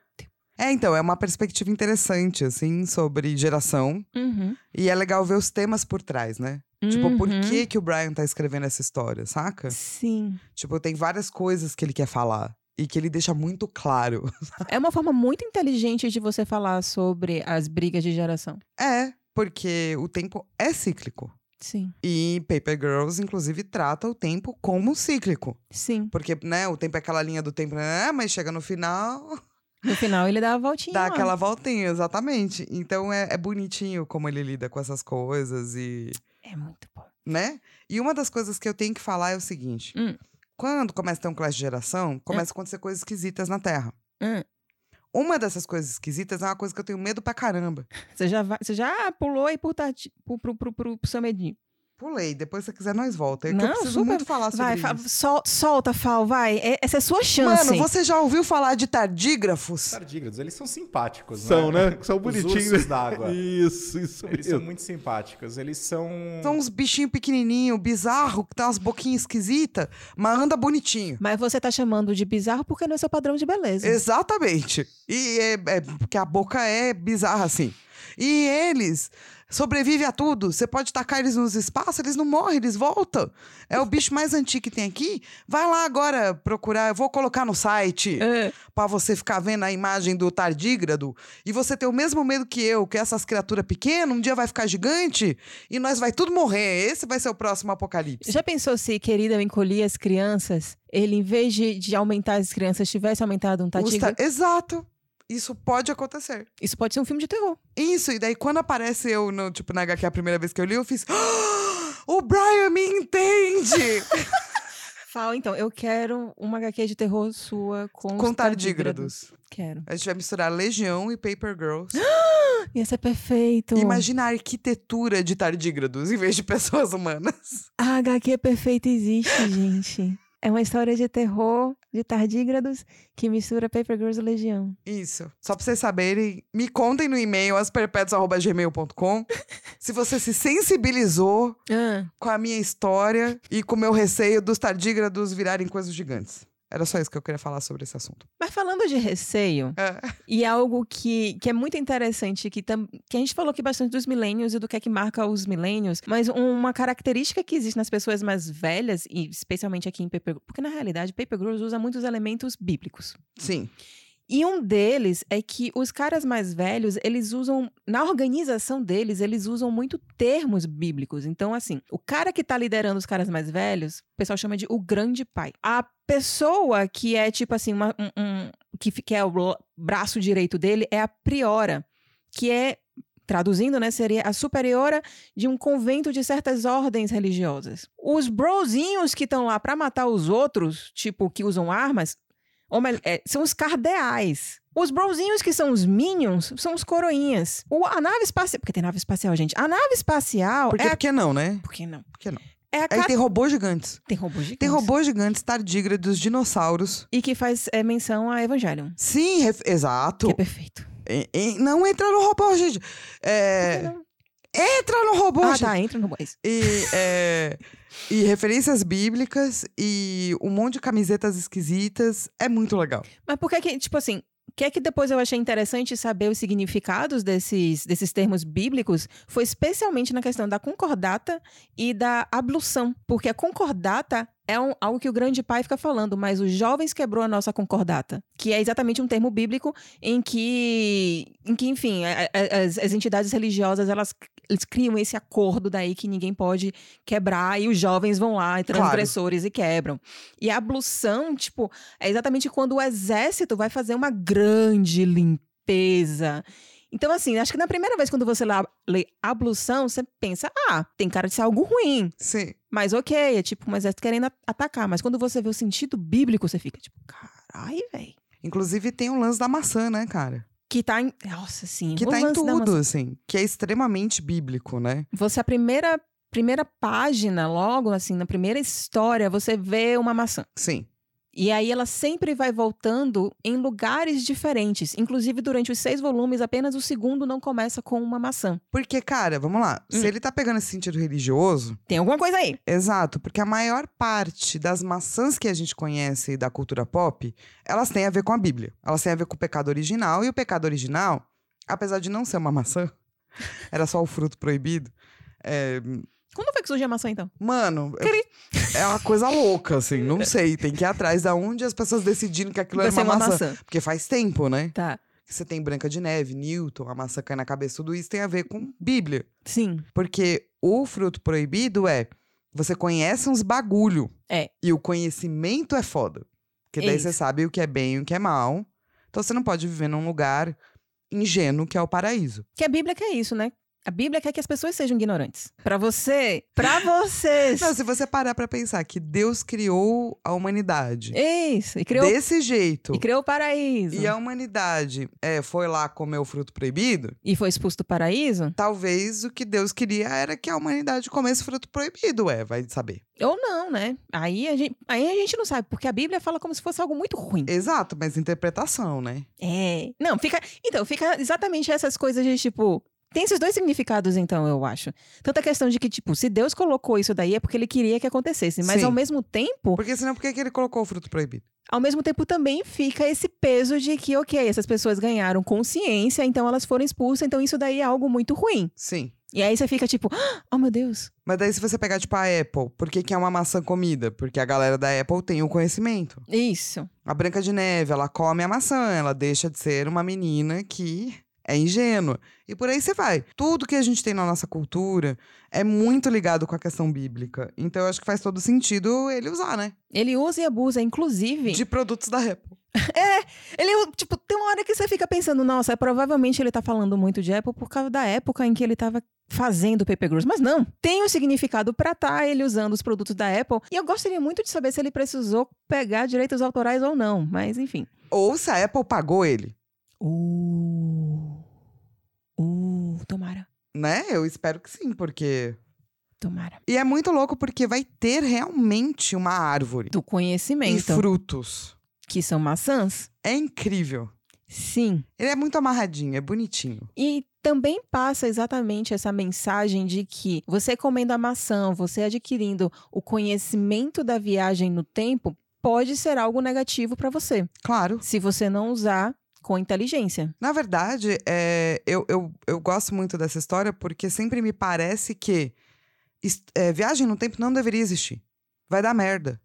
A: É, então, é uma perspectiva interessante, assim, sobre geração.
B: Uhum.
A: E é legal ver os temas por trás, né? Tipo, por
B: Uhum.
A: que, que o Brian tá escrevendo essa história, saca?
B: Sim.
A: Tipo, tem várias coisas que ele quer falar. E que ele deixa muito claro. [laughs]
B: É uma forma muito inteligente de você falar sobre as brigas de geração.
A: É, porque o tempo é cíclico.
B: Sim.
A: E Paper Girls, inclusive, trata o tempo como cíclico.
B: Sim.
A: Porque, né, o tempo é aquela linha do tempo, né, mas chega no final,
B: No final, ele dá a voltinha.
A: dá
B: lá.
A: aquela voltinha, exatamente. Então é, é bonitinho como ele lida com essas coisas e,
B: É muito bom.
A: né? E uma das coisas que eu tenho que falar é o seguinte:
B: Hum.
A: quando começa a ter um clash de geração, começa a acontecer coisas esquisitas na Terra.
B: Hum.
A: Uma dessas coisas esquisitas é uma coisa que eu tenho medo pra caramba.
B: Você já, vai- você já ah, pulou aí pro, tati... pro, pro, pro, pro, pro seu medinho.
A: Pulei, depois se quiser nós volta. É que eu
B: Não,
A: preciso
B: super-
A: muito falar sobre
B: Vai,
A: isso.
B: fa- sol- solta, Fal, vai. É- Essa é a sua chance.
A: Mano, você já ouviu falar de tardígrafos?
E: Tardígrados, eles são simpáticos,
F: São,
E: né?
F: né? São
E: Os
F: bonitinhos.
E: ursos
F: [laughs]
E: d'água.
F: Isso, isso
E: Eles
F: mesmo.
E: são muito simpáticos. Eles são.
A: São uns bichinhos pequenininhos, bizarro, que tem umas boquinhas esquisitas, mas anda bonitinho.
B: Mas você tá chamando de bizarro porque não é seu padrão de beleza.
A: Exatamente. E é, é- porque a boca é bizarra assim. E eles sobrevivem a tudo. Você pode tacar eles nos espaços, eles não morrem, eles voltam. É o bicho mais antigo que tem aqui. Vai lá agora procurar. Eu vou colocar no site
B: É.
A: pra você ficar vendo a imagem do tardígrado. E você ter o mesmo medo que eu, que essas criaturas pequenas, um dia vai ficar gigante e nós vai tudo morrer. Esse vai ser o próximo apocalipse.
B: Já pensou se, querida, eu encolhi as crianças? Ele, em vez de, de aumentar as crianças, tivesse aumentado um
A: Os
B: tatigre?
A: tar- Exato. Isso pode acontecer.
B: Isso pode ser um filme de terror.
A: Isso, e daí quando aparece eu, no, tipo, na HQ a primeira vez que eu li, eu fiz. "Ah, o Brian me [laughs] entende!
B: Fala, então, eu quero uma HQ de terror sua com,
A: Com
B: os tardígrados.
A: tardígrados.
B: Quero.
A: A gente vai misturar Legião e Paper Girls.
B: Ia ser perfeito.
A: Imagina a arquitetura de tardígrados [laughs] em vez de pessoas humanas.
B: A HQ perfeita [laughs] existe, gente. É uma história de terror de tardígrados que mistura Paper Girls e Legião.
A: Isso. Só pra vocês saberem, me contem no e-mail [laughs] asperpetos.gmail.com se você se sensibilizou
B: Ah,
A: com a minha história e com o meu receio dos tardígrados virarem coisas gigantes. Era só isso que eu queria falar sobre esse assunto.
B: Mas falando de receio,
A: É.
B: E algo que, que é muito interessante, que, tam, que a gente falou aqui bastante dos milênios e do que é que marca os milênios, mas um, uma característica que existe nas pessoas mais velhas, e especialmente aqui em Paper Girls, porque na realidade Paper Girls usa muitos elementos bíblicos.
A: Sim.
B: E um deles é que os caras mais velhos, eles usam, na organização deles, eles usam muito termos bíblicos. Então, assim, o cara que tá liderando os caras mais velhos, o pessoal chama de o grande pai. A pessoa que é, tipo assim, uma- um, um- que, fi- que é o bra- braço direito dele é a priora, que é traduzindo, né, seria a superiora de um convento de certas ordens religiosas. Os brozinhos que estão lá pra matar os outros, tipo, que usam armas, ou mel- é, são os cardeais. Os brozinhos que são os minions são os coroinhas. O- a nave espacial. Porque tem nave espacial, gente. A nave espacial
A: Porque,
B: é. A...
A: por que não, né?
B: Por que não?
A: Por que não?
B: É a
A: Aí
B: cat-
A: tem robôs gigantes.
B: Tem robô gigante.
A: Tem robôs gigantes, tardígrados, dinossauros.
B: E que faz é, menção a Evangelion.
A: Sim, ref- exato.
B: Que é perfeito.
A: E- e- não entra no robô, gente. É,
B: Por que não?
A: entra no robô,
B: Ah,
A: gente.
B: tá, entra no robô. é isso.
A: E, é, e referências bíblicas e um monte de camisetas esquisitas. É muito legal.
B: Mas por que que, tipo assim, o que é que depois eu achei interessante saber os significados desses, desses termos bíblicos foi especialmente na questão da concordata e da ablução. Porque a concordata é um- algo que o grande pai fica falando, mas os jovens quebrou a nossa concordata, que é exatamente um termo bíblico em que, em que enfim, a- a- as, as entidades religiosas, elas eles criam esse acordo daí que ninguém pode quebrar e os jovens vão lá e
A: Claro.
B: transgressores e quebram. E a ablução, tipo, é exatamente quando o exército vai fazer uma grande limpeza. Então, assim, acho que na primeira vez quando você lá- lê ablução, você pensa, ah, tem cara de ser algo ruim.
A: Sim.
B: Mas ok, é tipo um exército querendo a- atacar. Mas quando você vê o sentido bíblico, você fica tipo, carai, velho.
A: Inclusive tem o lance da maçã, né, cara?
B: Que tá em. Nossa, sim.
A: Que
B: o
A: tá em
B: lance da maçã-
A: tudo, assim. Que é extremamente bíblico, né?
B: Você, a primeira, primeira página, logo assim, na primeira história, você vê uma maçã.
A: Sim.
B: E aí ela sempre vai voltando em lugares diferentes. Inclusive, durante os seis volumes, apenas o segundo não começa com uma maçã.
A: Porque, cara, vamos lá.
B: Hum.
A: Se ele tá pegando esse sentido religioso,
B: Tem alguma coisa aí.
A: Exato, porque a maior parte das maçãs que a gente conhece da cultura pop, elas têm a ver com a Bíblia. Elas têm a ver com o pecado original. E o pecado original, apesar de não ser uma maçã, [laughs] era só o fruto proibido. é,
B: Quando foi que surgiu a maçã, então?
A: mano, é- é uma coisa louca, assim. Não sei, tem que ir atrás da onde as pessoas decidiram que aquilo era
B: Vai ser
A: uma, maçã. Porque faz tempo, né?
B: Tá.
A: Você tem Branca de Neve, Newton, a maçã cai na cabeça, tudo isso tem a ver com Bíblia.
B: Sim.
A: Porque o fruto proibido é você conhece uns bagulho.
B: É.
A: E o conhecimento é foda. Porque daí
B: Isso.
A: você sabe o que é bem e o que é mal. Então você não pode viver num lugar ingênuo que é o paraíso.
B: Que a Bíblia quer isso, né? A Bíblia quer que as pessoas sejam ignorantes. Pra você. Pra
A: [laughs]
B: vocês.
A: Não, Então, se você parar pra pensar que Deus criou a humanidade
B: Isso. E criou,
A: desse jeito.
B: e criou o paraíso.
A: E um a humanidade é, foi lá comer o fruto proibido.
B: E foi expulso do paraíso?
A: Talvez o que Deus queria era que a humanidade comesse fruto proibido, é, vai saber.
B: Ou não, né? Aí a, gente, aí a gente não sabe, porque a Bíblia fala como se fosse algo muito ruim.
A: Exato, mas interpretação, né?
B: É. Não, fica. Então, fica exatamente essas coisas de tipo. Tem esses dois significados, então, eu acho. Tanto a questão de que, tipo, se Deus colocou isso daí é porque ele queria que acontecesse. Mas
A: Sim.
B: ao mesmo tempo,
A: Porque senão, por que que ele colocou o fruto proibido?
B: ao mesmo tempo também fica esse peso de que, ok, essas pessoas ganharam consciência, então elas foram expulsas, então isso daí é algo muito ruim.
A: Sim.
B: E aí você fica tipo, "Ah, oh meu Deus.
A: Mas daí, se você pegar, tipo, a Apple, por que, que é uma maçã comida? Porque a galera da Apple tem o conhecimento.
B: Isso.
A: A Branca de Neve, ela come a maçã, ela deixa de ser uma menina que é ingênua. E por aí você vai. Tudo que a gente tem na nossa cultura é muito ligado com a questão bíblica. Então, eu acho que faz todo sentido ele usar, né?
B: Ele usa e abusa, inclusive.
A: De produtos da Apple.
B: Ele, tipo, tem uma hora que você fica pensando, nossa, provavelmente ele tá falando muito de Apple por causa da época em que ele tava fazendo o Pepe Grosso. Mas não, tem um significado pra tá ele usando os produtos da Apple. E eu gostaria muito de saber se ele precisou pegar direitos autorais ou não, mas enfim.
A: Ou se a Apple pagou ele,
B: Uh, uh, tomara,
A: né? Eu espero que sim, porque.
B: tomara.
A: E é muito louco porque vai ter realmente uma árvore
B: Do
A: e
B: conhecimento,
A: frutos.
B: que são maçãs?
A: É incrível.
B: Sim.
A: Ele é muito amarradinho, é bonitinho.
B: E também passa exatamente essa mensagem de que você comendo a maçã, você adquirindo o conhecimento da viagem no tempo, pode ser algo negativo para você,
A: Claro.
B: se você não usar com inteligência.
A: Na verdade, é, eu, eu, eu gosto muito dessa história porque sempre me parece que est- é, viagem no tempo não deveria existir. Vai dar merda.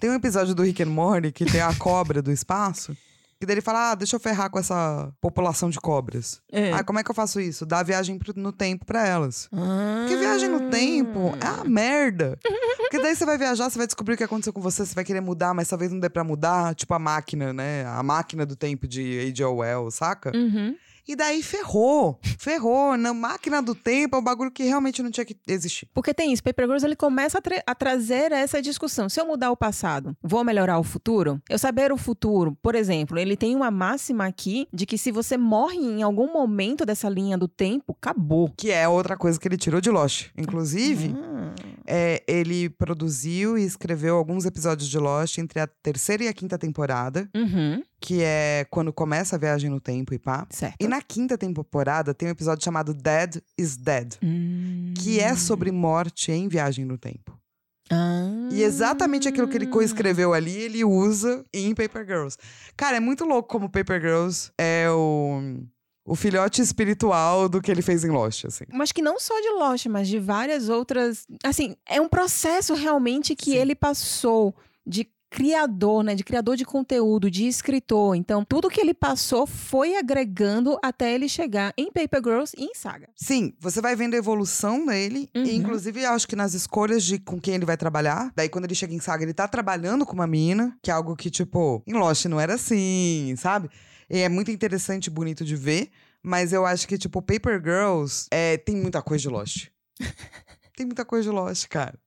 A: tem um episódio do Rick and Morty que tem a cobra do espaço. Que daí ele fala, ah, deixa eu ferrar com essa população de cobras.
B: É.
A: Ah, como é que eu faço isso? Dá viagem pro- no tempo pra elas.
B: Ah.
A: Porque viagem no tempo é uma merda. Porque daí você vai viajar, você vai descobrir o que aconteceu com você, você vai querer mudar, mas talvez não dê pra mudar. Tipo a máquina, né? A máquina do tempo de H.O.L., saca?
B: Uhum.
A: E daí ferrou. Ferrou. Na máquina do tempo é um bagulho que realmente não tinha que existir.
B: Porque tem isso, Paper Girls ele começa a, tra- a trazer essa discussão. Se eu mudar o passado, vou melhorar o futuro? Eu saber o futuro, por exemplo, ele tem uma máxima aqui de que se você morre em algum momento dessa linha do tempo, acabou.
A: Que é outra coisa que ele tirou de Lost. Inclusive,
B: Hum.
A: É, ele produziu e escreveu alguns episódios de Lost entre a terceira e a quinta temporada,
B: Uhum,
A: que é quando começa a viagem no tempo e pá.
B: certo.
A: E na quinta temporada tem um episódio chamado Dead is Dead,
B: Hum.
A: que é sobre morte em viagem no tempo.
B: Ah.
A: E exatamente aquilo que ele coescreveu ali, ele usa em Paper Girls. Cara, é muito louco como Paper Girls é o, o filhote espiritual do que ele fez em Lost, assim.
B: Mas que não só de Lost, mas de várias outras. Assim, é um processo realmente que
A: Sim.
B: ele passou de criador, né? De criador de conteúdo, de escritor. Então, tudo que ele passou foi agregando até ele chegar em Paper Girls e em Saga.
A: Sim, você vai vendo a evolução dele.
B: Uhum.
A: E, inclusive, eu acho que nas escolhas de com quem ele vai trabalhar. Daí, quando ele chega em saga, ele tá trabalhando com uma mina, que é algo que, tipo, em Lost não era assim, sabe? E é muito interessante e bonito de ver. Mas eu acho que, tipo, Paper Girls é, tem muita coisa de Lost. tem muita coisa de Lost, cara.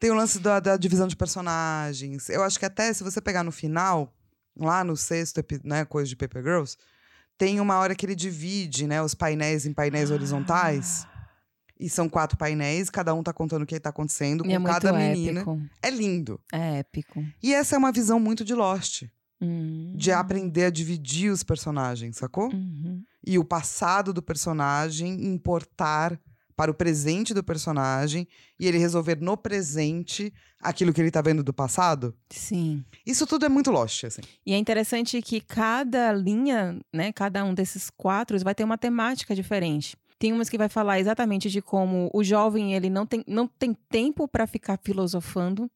A: Tem o lance da, da divisão de personagens. Eu acho que até se você pegar no final, lá no sexto, epi- né, coisa de Paper Girls, tem uma hora que ele divide, né, os painéis em
B: Ah.
A: painéis horizontais. E são quatro painéis, cada um tá contando o que tá acontecendo com
B: E é muito
A: cada menina.
B: épico.
A: É lindo.
B: É épico.
A: E essa é uma visão muito de Lost.
B: Hum.
A: De aprender a dividir os personagens, sacou?
B: Uhum.
A: E o passado do personagem importar para o presente do personagem e ele resolver no presente aquilo que ele tá vendo do passado.
B: Sim.
A: Isso tudo é muito Lost, assim.
B: E é interessante que cada linha, né, cada um desses quatro vai ter uma temática diferente. Tem umas que vai falar exatamente de como o jovem ele não tem, não tem tempo para ficar filosofando.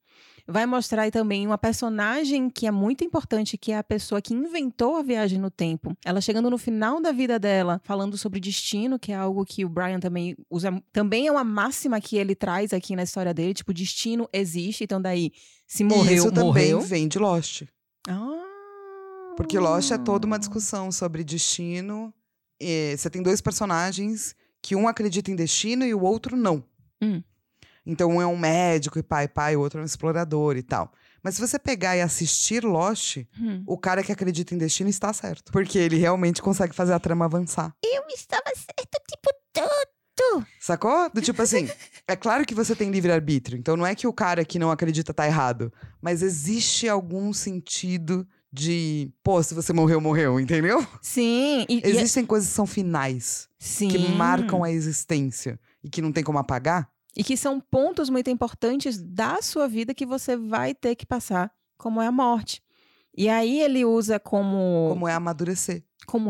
B: Vai mostrar aí também uma personagem que é muito importante, que é a pessoa que inventou a viagem no tempo. Ela chegando no final da vida dela, falando sobre destino, que é algo que o Brian também usa. Também é uma máxima que ele traz aqui na história dele, tipo, destino existe, então daí se morreu,
A: e isso
B: morreu.
A: também vem de Lost.
B: Ah.
A: Porque Lost é toda uma discussão sobre destino. E você tem dois personagens que um acredita em destino e o outro não.
B: Hum.
A: Então um é um médico e pai, pai, o outro é um explorador e tal. Mas se você pegar e assistir Lost,
B: Hum.
A: o cara que acredita em destino está certo. Porque ele realmente consegue fazer a trama avançar.
B: Eu estava certo, tipo.
A: Sacou? Do tipo assim, é claro que você tem livre-arbítrio. Então não é que o cara que não acredita tá errado. Mas existe algum sentido de, pô, se você morreu, morreu, entendeu?
B: Sim, e, e-
A: Existem coisas que são finais,
B: sim.
A: que marcam a existência e que não tem como apagar.
B: E que são pontos muito importantes da sua vida que você vai ter que passar, como é a morte. E aí ele usa como. Como,
A: Como é amadurecer.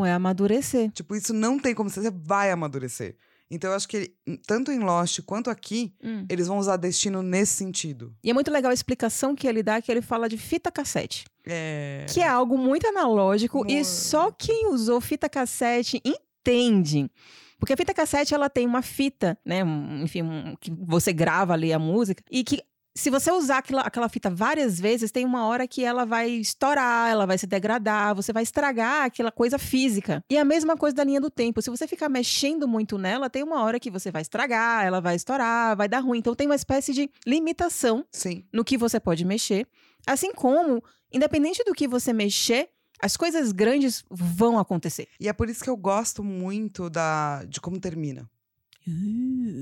B: é amadurecer.
A: Tipo, isso não tem como. Você vai amadurecer. Então, eu acho que tanto em Lost quanto aqui,
B: Hum.
A: eles vão usar destino nesse sentido.
B: E é muito legal a explicação que ele dá, que ele fala de fita cassete.
A: É.
B: Que é algo muito analógico e
A: Muito.
B: só quem usou fita cassete entende. Porque a fita cassete ela tem uma fita, né, um- enfim, um- que você grava ali a música e que se você usar aquela, aquela fita várias vezes, tem uma hora que ela vai estourar, ela vai se degradar, você vai estragar aquela coisa física. E é a mesma coisa da linha do tempo. Se você ficar mexendo muito nela, tem uma hora que você vai estragar, ela vai estourar, vai dar ruim. Então tem uma espécie de limitação
A: Sim.
B: no que você pode mexer, assim como, independente do que você mexer, as coisas grandes vão acontecer.
A: E é por isso que eu gosto muito da, de como termina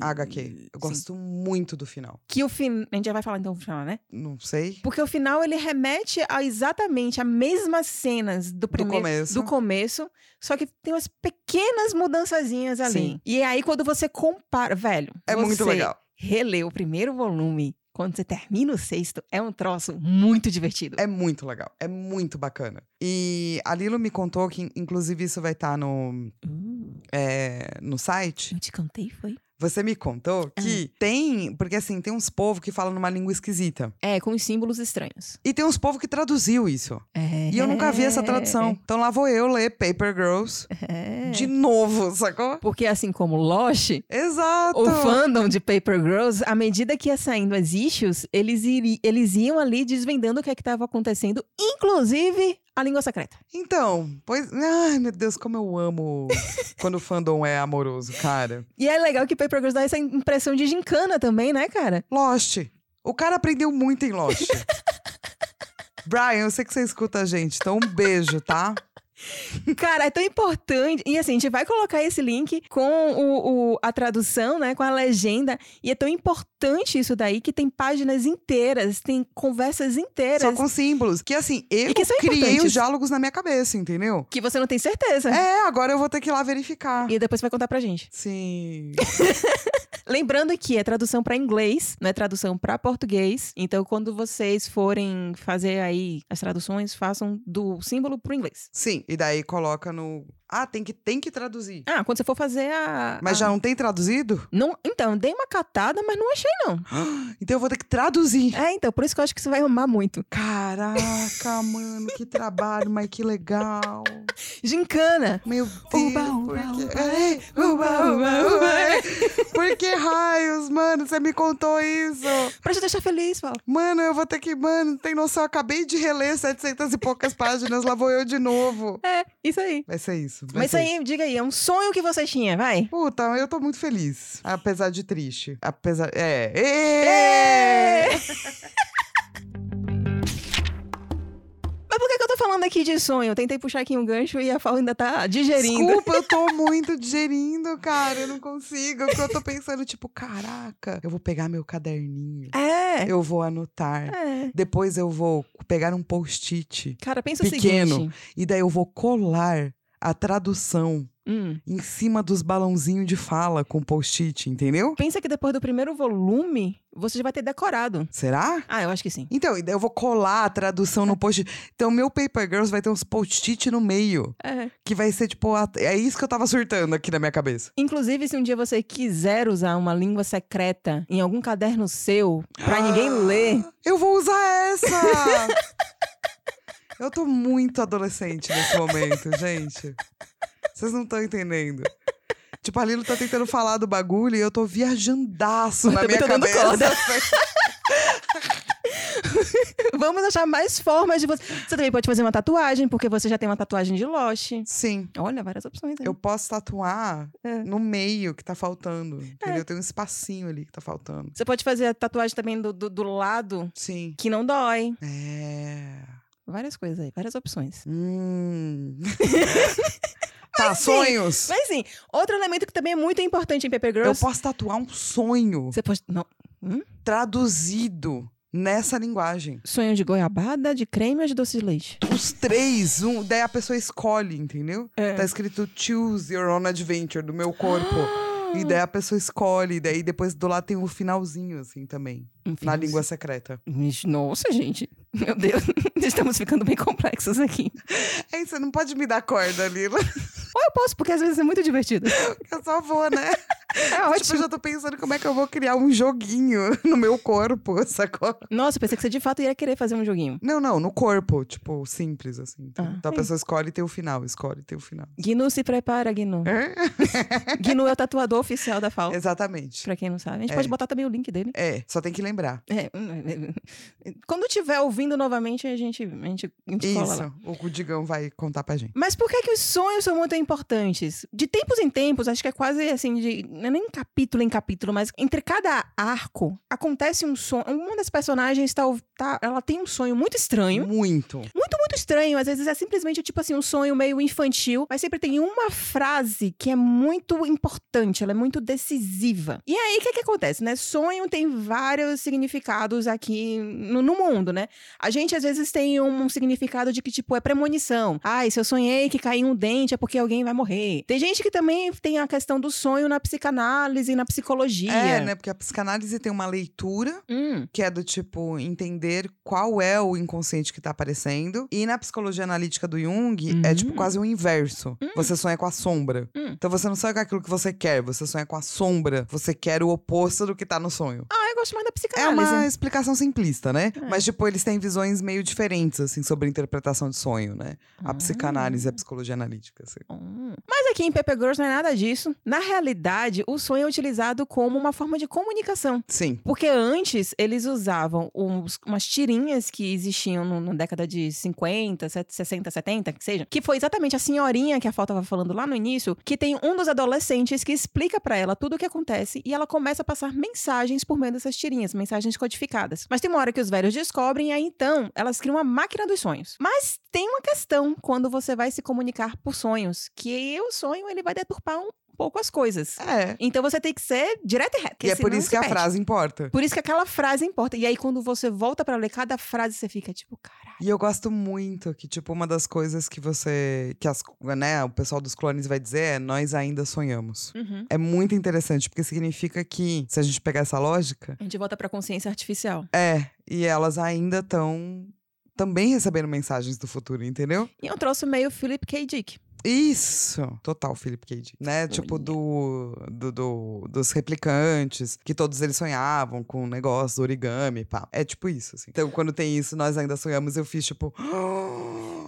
A: a HQ. Eu
B: Hum. Sim.
A: gosto muito do final.
B: Que o fim, a gente já vai falar então do final, né?
A: Não sei.
B: Porque o final ele remete a exatamente as mesmas cenas do primeiro
A: começo.
B: do começo, só que tem umas pequenas mudançazinhas ali.
A: Sim.
B: E é aí quando você compara, velho,
A: É muito
B: você
A: legal.
B: Relê o primeiro volume, quando você termina o sexto, é um troço muito divertido.
A: É muito legal. É muito bacana. E a Lilo me contou que, inclusive, isso vai estar no,
B: Uh,
A: é, no site.
B: eu te cantei, foi?
A: Você me contou que tem. Porque assim, tem uns povos que falam numa língua esquisita.
B: É, com os símbolos estranhos.
A: E tem uns povos que traduziu isso.
B: É.
A: E eu nunca vi essa tradução. Então lá vou eu ler Paper Girls
B: É.
A: de novo, sacou?
B: Porque assim como Lost,
A: Exato!
B: o fandom de Paper Girls, à medida que ia saindo as issues, eles, iri- eles iam ali desvendando o que é que estava acontecendo, inclusive A língua secreta.
A: Então, pois. Ai, meu Deus, como eu
B: [laughs]
A: amo quando o fandom é amoroso, cara.
B: E é legal que Paper Girls dá essa impressão de gincana também,
A: [laughs]
B: né, cara?
A: Lost. O cara aprendeu muito em
B: [laughs]
A: Lost. Brian, eu sei que você escuta a gente, então um beijo, tá?
B: Cara, é tão importante. E assim, a gente vai colocar esse link com o, o- a tradução, né? Com a legenda. E é tão importante isso daí que tem páginas inteiras, tem conversas inteiras
A: Só com símbolos. Que assim, eu
B: E que são
A: criei os
B: importantes.
A: diálogos na minha cabeça, entendeu?
B: que você não tem certeza.
A: É, agora eu vou ter que ir lá verificar.
B: E depois você vai contar pra gente.
A: Sim.
B: Lembrando que é tradução pra inglês, não é tradução pra português. Então, quando vocês forem fazer aí as traduções, façam do símbolo pro inglês.
A: Sim. E daí coloca no. Ah, tem que, tem que traduzir.
B: Ah, quando você for fazer a.
A: Mas
B: a-
A: já não tem traduzido?
B: Não, então, dei uma catada, mas não achei,
A: [laughs]
B: não.
A: Então eu vou ter que traduzir.
B: É, então, por isso que eu acho que você vai amar muito.
A: Caraca, mano, que trabalho, mas que legal.
B: Gincana!
A: Meu Deus.
B: Uba, uba,
A: por que-
B: uba.
A: É, uba, uba, uba. [laughs] Por que raios, mano? Você me contou isso?
B: Pra te deixar feliz, Paulo.
A: Mano, eu vou ter que. Mano, tem noção, eu acabei de reler 700 e poucas páginas, lá vou eu de novo.
B: É, isso aí.
A: Vai ser isso. vai
B: Mas isso
A: ser
B: aí, diga aí, é um sonho que você tinha, vai.
A: Puta, eu tô muito feliz. Apesar de triste. Apesar. É.
B: É!
A: [laughs] Ê!
B: Mas por que, que eu tô falando aqui de sonho? Eu tentei puxar aqui um gancho e a Fala ainda tá digerindo.
A: Desculpa, eu tô muito digerindo, cara. Eu não consigo. Porque eu tô pensando, tipo, caraca, eu vou pegar meu caderninho.
B: É.
A: Eu vou anotar.
B: é.
A: Depois eu vou pegar um post-it.
B: Cara, pensa
A: Pequeno.
B: o seguinte.
A: E daí eu vou colar a tradução
B: Hum.
A: em cima dos balãozinhos de fala com post-it, entendeu?
B: Pensa que depois do primeiro volume, você já vai ter decorado.
A: Será?
B: Ah, eu acho que sim.
A: Então, e daí eu vou colar a tradução no post-it. Então, meu Paper Girls vai ter uns post-it no meio.
B: É.
A: Que vai ser tipo. a- É isso que eu tava surtando aqui na minha cabeça.
B: Inclusive, se um dia você quiser usar uma língua secreta em algum caderno seu, pra
A: Ah.
B: ninguém ler, [laughs]
A: Eu vou usar essa! eu tô muito adolescente nesse momento, gente. Vocês não estão entendendo. Tipo, a Lilo tá tentando falar do bagulho e eu tô viajandaço
B: Eu
A: na
B: também
A: minha
B: tô dando
A: cabeça.
B: corda. vamos achar mais formas de você. Você também pode fazer uma tatuagem, porque você já tem uma tatuagem de Lost.
A: [laughs] Sim.
B: Olha, várias opções. aí.
A: Eu posso tatuar
B: É.
A: no meio que tá faltando. Entendeu? Tem um espacinho ali que tá faltando.
B: Você pode fazer a tatuagem também do, do, do lado,
A: Sim.
B: que não dói.
A: É.
B: Várias coisas aí, várias opções. [laughs]
A: Hum. tá,
B: sim,
A: sonhos.
B: Mas sim, outro elemento que também é muito importante em Paper
A: Eu
B: Girls.
A: posso tatuar um sonho
B: Você pode. Não,
A: traduzido nessa linguagem.
B: sonho de goiabada, de creme ou de doce de leite?
A: Os três, um, daí a pessoa escolhe, entendeu?
B: É.
A: Tá escrito Choose Your Own Adventure do meu corpo. E daí a pessoa escolhe, daí depois do lado tem um finalzinho, assim, também.
B: Enfim,
A: Na língua secreta.
B: Ixi, Nossa, gente. Meu Deus, [laughs] estamos ficando bem complexos aqui.
A: Ei, você É não pode me dar corda, Lila. [laughs]
B: Ou eu posso, porque às vezes é muito divertido.
A: Eu só vou, né?
B: [laughs] É
A: Tipo,
B: ótimo.
A: eu já tô pensando como é que eu vou criar um joguinho [laughs] no meu corpo, [laughs] sacou?
B: Nossa, eu pensei que você de fato ia querer fazer um joguinho.
A: Não, não, no corpo, tipo, simples, assim.
B: Ah,
A: então a
B: sim.
A: pessoa escolhe e tem o final, escolhe e tem o final.
B: Gnu se prepara, Gnu. [laughs] Gnu é o tatuador oficial da FAO.
A: Exatamente.
B: Pra quem não sabe. A gente
A: É.
B: pode botar também o link dele.
A: É, só tem que lembrar.
B: É, hum, é, é, quando tiver ouvindo novamente, a gente, a gente, a gente cola lá.
A: Isso, o Digão vai contar pra gente.
B: Mas por que, que os sonhos são muito importantes? De tempos em tempos, acho que é quase assim, de, não é nem capítulo em capítulo, mas entre cada arco acontece um sonho. Uma das personagens tá, tá- ela tem um sonho muito estranho.
A: Muito.
B: Muito, muito estranho. Às vezes é simplesmente tipo assim, um sonho meio infantil, mas sempre tem uma frase que é muito importante, ela é muito decisiva. E aí, o que, que acontece, né? Sonho tem vários significados aqui no, no mundo, né? A gente às vezes tem um, um significado de que, tipo, é premonição. Ai, se eu sonhei que caiu um dente é porque alguém vai morrer. Tem gente que também tem a questão do sonho na psicanálise, na psicologia.
A: É, né? Porque a psicanálise tem uma leitura
B: Hum,
A: que é do tipo entender qual é o inconsciente que tá aparecendo. E na psicologia analítica do Jung, é tipo
B: Hum.
A: quase o inverso. Você sonha com a sombra.
B: Hum.
A: Então você não sonha com aquilo que você quer, você sonha com a sombra. Você quer o oposto do que tá no sonho.
B: Ah, É. eu gosto mais da
A: É
B: psicanálise.
A: uma explicação simplista, né? Mas, tipo, eles têm visões meio diferentes, assim, sobre interpretação de sonho, né?
B: Ah.
A: A psicanálise e a psicologia analítica. assim.
B: Hum. Mas aqui em Pepe Girls não é nada disso. Na realidade, o sonho é utilizado como uma forma de comunicação.
A: Sim.
B: Porque antes eles usavam uns- umas tirinhas que existiam no- na década de 50, set- 60, 70, que seja. Que foi exatamente a senhorinha que a Fó tava falando lá no início, que tem um dos adolescentes que explica pra ela tudo o que acontece e ela começa a passar mensagens por meio dessas tirinhas, mensagens codificadas. Mas tem uma hora que os velhos descobrem e aí então elas criam uma máquina dos sonhos. Mas tem uma questão quando você vai se comunicar por sonhos, que o sonho ele vai deturpar um pouco as coisas.
A: É.
B: Então você tem que ser direto e reto. porque
A: e é por
B: senão
A: isso
B: se
A: que a
B: perde.
A: frase importa.
B: Por isso que aquela frase importa. E aí, quando você volta pra ler cada frase, você fica tipo, caralho.
A: E eu gosto muito que, tipo, uma das coisas que você. que as, né, o pessoal dos clones vai dizer é nós ainda sonhamos. É muito interessante, porque significa que, se a gente pegar essa lógica,
B: A gente volta pra consciência artificial.
A: é. E elas ainda estão também recebendo mensagens do futuro, entendeu?
B: E é um troço meio Philip K. Dick.
A: Isso! Total, Philip K. Dick, Né? Tipo,
B: Olha.
A: do, do, do- dos replicantes, que todos eles sonhavam com o negócio do origami, pá. É tipo isso, assim. Então, quando tem isso, nós ainda sonhamos, eu fiz tipo. [gasps]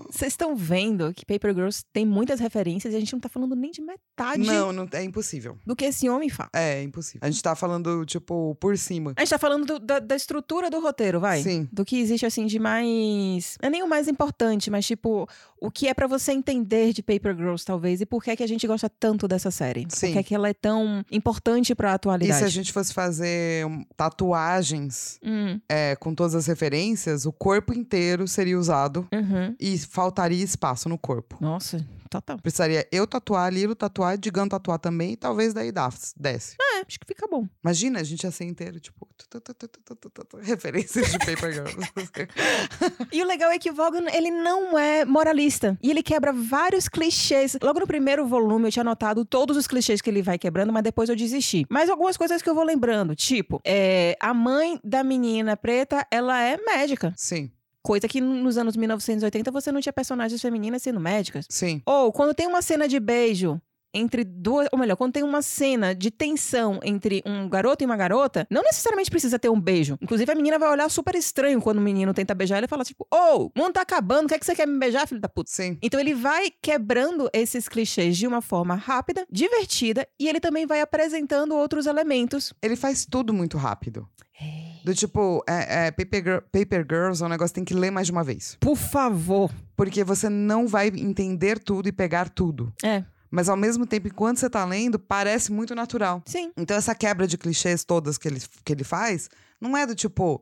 B: Vocês estão vendo que Paper Girls tem muitas referências e a gente não tá falando nem de metade
A: Não, não, é impossível.
B: do que esse homem fala.
A: É, impossível. A gente tá falando, tipo, por cima.
B: A gente tá falando do- da, da estrutura do roteiro, vai.
A: Sim.
B: Do que existe, assim, de mais. Não é nem o mais importante, mas, tipo, o que é pra você entender de Paper Girls, talvez, e por que é que a gente gosta tanto dessa série.
A: Sim.
B: Por que é que ela é tão importante pra
A: E
B: atualidade.
A: se a gente fosse fazer hum, tatuagens
B: Hum,
A: é, com todas as referências, o corpo inteiro seria usado
B: uhum.
A: e faltaria espaço no corpo.
B: Nossa, total.
A: Precisaria eu tatuar, Lilo tatuar, Digão tatuar também, e talvez daí dá- desce.
B: É, acho que fica bom.
A: Imagina a gente assim inteiro, tipo, tu, tu, tu, tu, tu, tu, tu, tu, tu, referências de Paper [laughs] Girls.
B: [laughs] E o legal é que o Vaughan, ele não é moralista. E ele quebra vários clichês. Logo no primeiro volume eu tinha anotado todos os clichês que ele vai quebrando, mas depois eu desisti. Mas algumas coisas que eu vou lembrando, tipo, é, a mãe da menina preta, ela é médica.
A: sim,
B: Coisa que nos anos 1980 você não tinha personagens femininas sendo médicas.
A: sim.
B: Ou quando tem uma cena de beijo entre duas, ou melhor, quando tem uma cena de tensão entre um garoto e uma garota, não necessariamente precisa ter um beijo. Inclusive a menina vai olhar super estranho quando o menino tenta beijar ela e fala tipo: "Ô, o mundo tá acabando, o que é que você quer me beijar, filho da puta?"
A: Sim.
B: Então ele vai quebrando esses clichês de uma forma rápida, divertida e ele também vai apresentando outros elementos.
A: Ele faz tudo muito rápido. Do tipo, é, é, Paper, Girl- Paper Girls é um negócio que tem que ler mais de uma vez.
B: Por favor.
A: Porque você não vai entender tudo e pegar tudo.
B: É.
A: Mas ao mesmo tempo, enquanto você tá lendo, parece muito natural.
B: Sim.
A: Então essa quebra de clichês todas que ele, que ele faz, não é do tipo,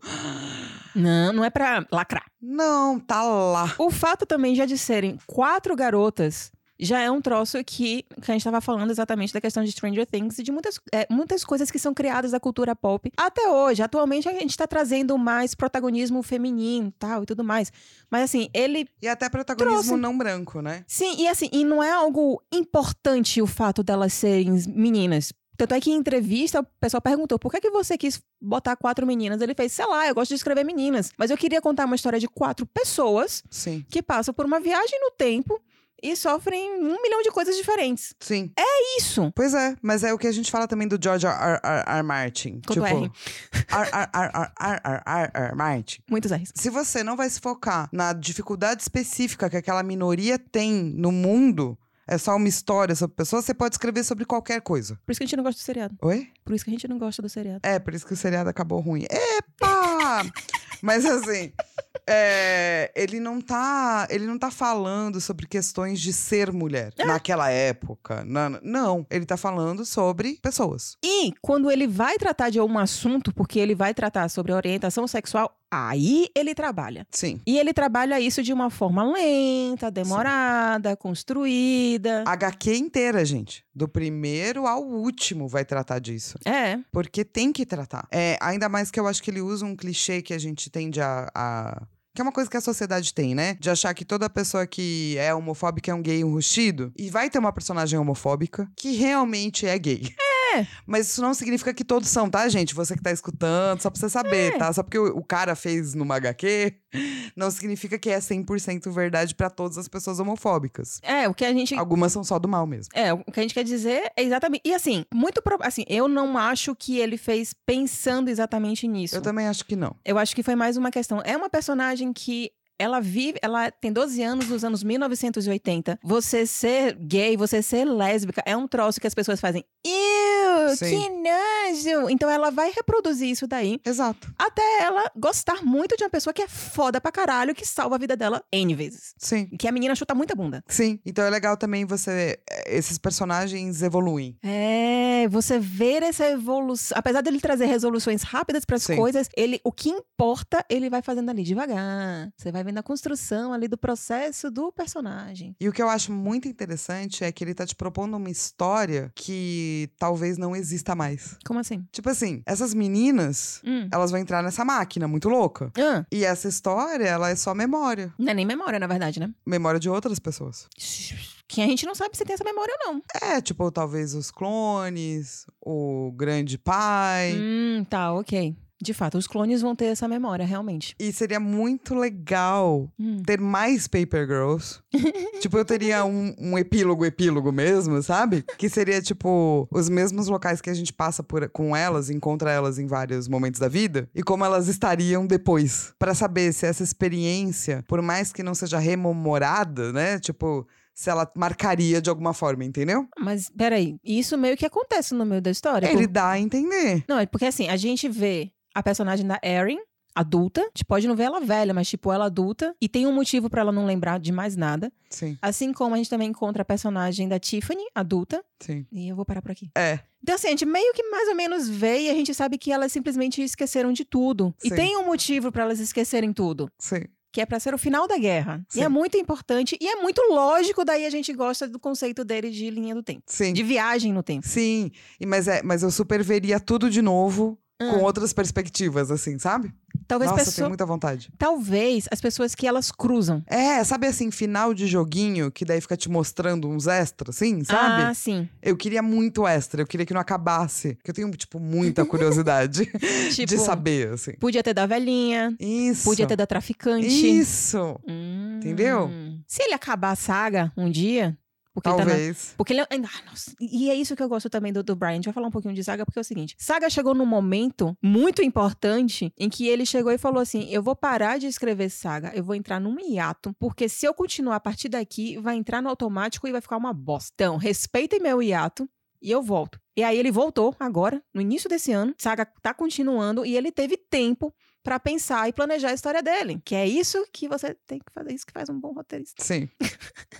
B: Não, não é pra lacrar.
A: não, tá lá.
B: O fato também já de serem quatro garotas já é um troço que, que a gente tava falando exatamente da questão de Stranger Things e de muitas, é, muitas coisas que são criadas da cultura pop até hoje. Atualmente a gente tá trazendo mais protagonismo feminino tal e tudo mais. Mas assim, ele.
A: E até protagonismo
B: Trouxe.
A: não branco, né?
B: Sim, e assim, e não é algo importante o fato delas serem meninas. Tanto é que em entrevista o pessoal perguntou por que, é que você quis botar quatro meninas. Ele fez, sei lá, eu gosto de escrever meninas. Mas eu queria contar uma história de quatro pessoas
A: Sim.
B: que passam por uma viagem no tempo e sofrem um milhão de coisas diferentes.
A: Sim.
B: Isso.
A: Pois é, mas é o que a gente fala também do George R. R. R. R. Martin. Tipo,
B: Quanto R.
A: R. R. R. R. R. R. R. R. Martin.
B: Muitos R's.
A: Se você não vai se focar na dificuldade específica que aquela minoria tem no mundo, é só uma história sobre pessoas, você pode escrever sobre qualquer coisa.
B: Por isso que a gente não gosta do seriado.
A: Oi?
B: Por isso que a gente não gosta do seriado.
A: É, por isso que o seriado acabou ruim. Epa! [laughs] Mas assim, é, ele não tá, ele não tá falando sobre questões de ser mulher naquela época. na- não, ele tá falando sobre pessoas.
B: E quando ele vai tratar de algum assunto, porque ele vai tratar sobre orientação sexual, aí ele trabalha.
A: Sim.
B: E ele trabalha isso de uma forma lenta, demorada, construída.
A: HQ inteira, gente. Do primeiro ao último vai tratar disso.
B: É.
A: Porque tem que tratar. É, ainda mais que eu acho que ele usa um clichê que a gente tende a. a- Que é uma coisa que a sociedade tem, né? De achar que toda pessoa que é homofóbica é um gay enrustido. E vai ter uma personagem homofóbica que realmente é gay.
B: [laughs] É.
A: Mas isso não significa que todos são, tá, gente? Você que tá escutando, só pra você saber,
B: É.
A: tá? Só porque o, o cara fez numa HQ, [laughs] não significa que é 100% verdade pra todas as pessoas homofóbicas.
B: É, o que a gente.
A: Algumas são só do mal mesmo.
B: É, o que a gente quer dizer é exatamente. E assim, muito pro... assim, eu não acho que ele fez pensando exatamente nisso.
A: Eu também acho que não.
B: Eu acho que foi mais uma questão. É uma personagem que ela vive, ela tem 12 anos dos anos 1980. Você ser gay, você ser lésbica é um troço que as pessoas fazem. Eu,
A: Sim.
B: que nojo! Então ela vai reproduzir isso daí
A: Exato.
B: até ela gostar muito de uma pessoa que é foda pra caralho, que salva a vida dela N vezes.
A: Sim.
B: Que a menina chuta muita bunda.
A: Sim. Então é legal também você. eh, Esses personagens evoluem.
B: É, você ver essa evolução. Apesar dele trazer resoluções rápidas para as
A: Sim.
B: coisas, ele, o que importa, ele vai fazendo ali devagar. Você vai vendo a construção ali do processo do personagem.
A: E o que eu acho muito interessante é que ele tá te propondo uma história que talvez não exista mais.
B: Como assim?
A: Tipo assim, essas meninas,
B: Hum.
A: elas vão entrar nessa máquina muito louca.
B: Ah,
A: E essa história, ela é só memória.
B: não é nem memória, na verdade, né?
A: Memória de outras pessoas.
B: Que a gente não sabe se tem essa memória ou não.
A: É, tipo, talvez os clones, o grande pai.
B: Hum, tá, ok. De fato, os clones vão ter essa memória, realmente.
A: E seria muito legal
B: Hum.
A: ter mais Paper [laughs] Girls. tipo, eu teria um, um epílogo, epílogo mesmo, sabe? Que seria, tipo, os mesmos locais que a gente passa por, com elas, encontra elas em vários momentos da vida e como elas estariam depois. Pra saber se essa experiência, por mais que não seja rememorada, né? Tipo, se ela marcaria de alguma forma, entendeu?
B: Mas, peraí, isso meio que acontece no meio da história.
A: Ele dá a entender.
B: Não, é porque assim, a gente vê a personagem da Erin adulta, a gente pode não ver ela velha, mas tipo ela adulta e tem um motivo pra ela não lembrar de mais nada.
A: Sim,
B: Assim como a gente também encontra a personagem da Tiffany adulta,
A: sim.
B: e eu vou parar por aqui.
A: É.
B: Então assim, a gente meio que mais ou menos vê e a gente sabe que elas simplesmente esqueceram de tudo. E
A: Sim.
B: tem um motivo pra elas esquecerem tudo.
A: Sim.
B: Que é pra ser o final da guerra. E
A: Sim.
B: é muito importante e é muito lógico, daí a gente gosta do conceito dele de linha do tempo.
A: Sim.
B: De viagem no tempo.
A: Sim. E, mas, é, mas eu super veria tudo de novo
B: Ah.
A: com outras perspectivas, assim, sabe?
B: Talvez
A: Nossa, eu
B: pessoa-
A: tenho muita vontade.
B: Talvez as pessoas que elas cruzam.
A: É, sabe assim, final de joguinho, que daí fica te mostrando uns extras, assim,
B: Ah,
A: sabe?
B: sim.
A: Eu queria muito extra, eu queria que não acabasse. Porque eu tenho, tipo,
B: [laughs]
A: muita curiosidade [laughs]
B: Tipo,
A: de saber, assim.
B: podia ter da velhinha,
A: Isso.
B: podia ter um da traficante.
A: Isso.
B: Hum.
A: Entendeu?
B: Se ele acabar a saga um dia, porque ele tá na-
A: Talvez.
B: Porque ele é. Ah, nossa. E é isso que eu gosto também do, do Brian. A gente vai falar um pouquinho de Saga, porque é o seguinte: Saga chegou num momento muito importante em que ele chegou e falou assim: Eu vou parar de escrever Saga, eu vou entrar num hiato, porque se eu continuar a partir daqui, vai entrar no automático e vai ficar uma bosta. Então, respeitem meu hiato e eu volto. E aí ele voltou agora, no início desse ano. Saga tá continuando e ele teve tempo pra pensar e planejar a história dele. Que é isso que você tem que fazer, isso que faz um bom roteirista. [laughs]
A: Sim.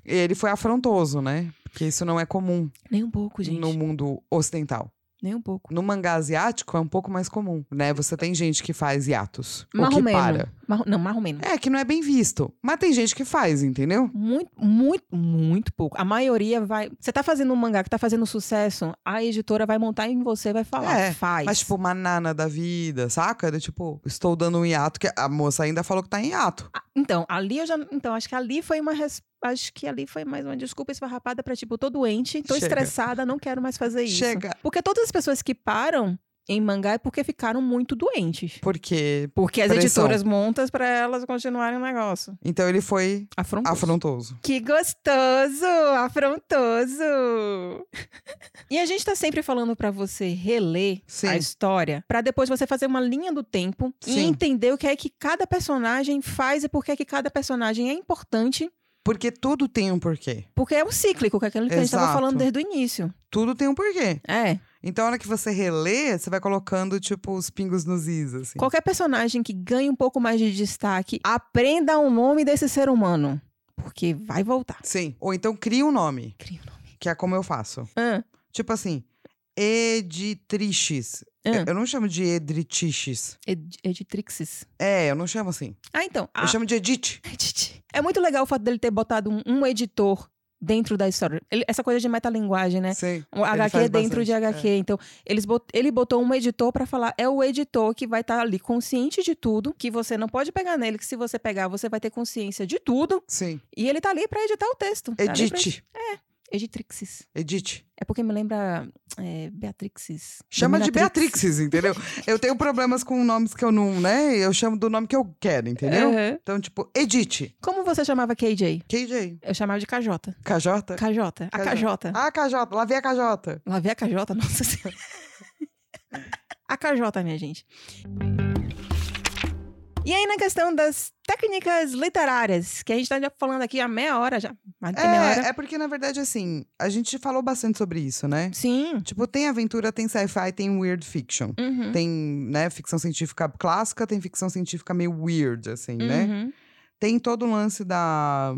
A: E ele foi afrontoso, né? Porque isso não é comum
B: Nem um pouco, gente.
A: no mundo ocidental.
B: Nem um pouco.
A: No mangá asiático é um pouco mais comum, né? Você tem gente que faz hiatos. Ou que
B: Marromeno.
A: para.
B: Marro- Não, marromeno.
A: É, que não é bem visto. Mas tem gente que faz, entendeu?
B: Muito, muito, muito pouco. A maioria vai. Você tá fazendo um mangá que tá fazendo sucesso, a editora vai montar em você e vai falar.
A: É,
B: faz.
A: Mas, tipo, uma nana da vida, saca? Do tipo, estou dando um hiato, que a moça ainda falou que tá em hiato.
B: Ah, Então, ali eu já. Então, acho que ali foi uma. res- Acho que ali foi mais uma desculpa esfarrapada pra, tipo, tô doente, tô
A: Chega.
B: estressada, não quero mais fazer É isso.
A: Chega.
B: Porque todas as pessoas que param em mangá é porque ficaram muito doentes.
A: Porque.
B: Porque as
A: Pressão.
B: editoras montam pra elas continuarem o negócio.
A: Então ele foi
B: Afrontou.
A: afrontoso.
B: Que gostoso, afrontoso. e a gente tá sempre falando pra você reler
A: Sim.
B: a história, pra depois você fazer uma linha do tempo e
A: Sim.
B: entender o que é que cada personagem faz e por que é que cada personagem é importante,
A: Porque tudo tem um porquê.
B: porque é o cíclico, que é aquilo que a gente tava
A: Exato.
B: falando desde o início.
A: Tudo tem um porquê.
B: É.
A: Então, a hora que você relê, você vai colocando, tipo, os pingos nos is, assim.
B: Qualquer personagem que ganhe um pouco mais de destaque, aprenda o nome desse ser humano, porque vai voltar.
A: Sim. Ou então cria um nome,
B: Cria o nome.
A: que é como eu faço.
B: Ah,
A: Tipo assim, Editriches. Eu-
B: Ah.
A: Eu não chamo de Edritiches.
B: Ed- Editrixis.
A: É, eu não chamo assim.
B: Ah, então.
A: Eu
B: a-
A: chamo de Edit.
B: Titi. É muito legal o fato dele ter botado um, um editor dentro da história. Ele- essa coisa de metalinguagem, né?
A: Sim.
B: O HQ
A: faz
B: é dentro de
A: bastante,
B: HQ. Então, eles bot- ele botou um editor pra falar. É o editor que vai estar ali consciente de tudo, que você não pode pegar nele, que se você pegar, você vai ter consciência de tudo.
A: Sim.
B: E ele tá ali pra editar o texto. Tá ali pra-
A: Edite.
B: Editrixes.
A: Edith.
B: É porque me lembra é, Beatrixes.
A: Chama de
B: Dominatrix.
A: Beatrixes, entendeu?
B: [laughs]
A: Eu tenho problemas com nomes que eu não, né? Eu chamo do nome que eu quero, entendeu?
B: Aham.
A: Então, tipo, Edith.
B: Como você chamava KJ?
A: KJ.
B: Eu chamava de KJ.
A: KJ?
B: KJ. A KJ.
A: Ah, KJ. Lá vem a KJ.
B: Lá vem a KJ, [laughs] nossa senhora. a KJ, minha gente. E aí, na questão das técnicas literárias, que a gente tá já falando aqui há meia hora já. Mais do que meia hora.
A: É, é porque, na verdade, assim, a gente falou bastante sobre isso, né?
B: Sim.
A: Tipo, tem aventura, tem sci-fi, tem weird fiction.
B: Uhum.
A: Tem, né, ficção científica clássica, tem ficção científica meio weird, assim, né?
B: Uhum.
A: Tem todo o lance da,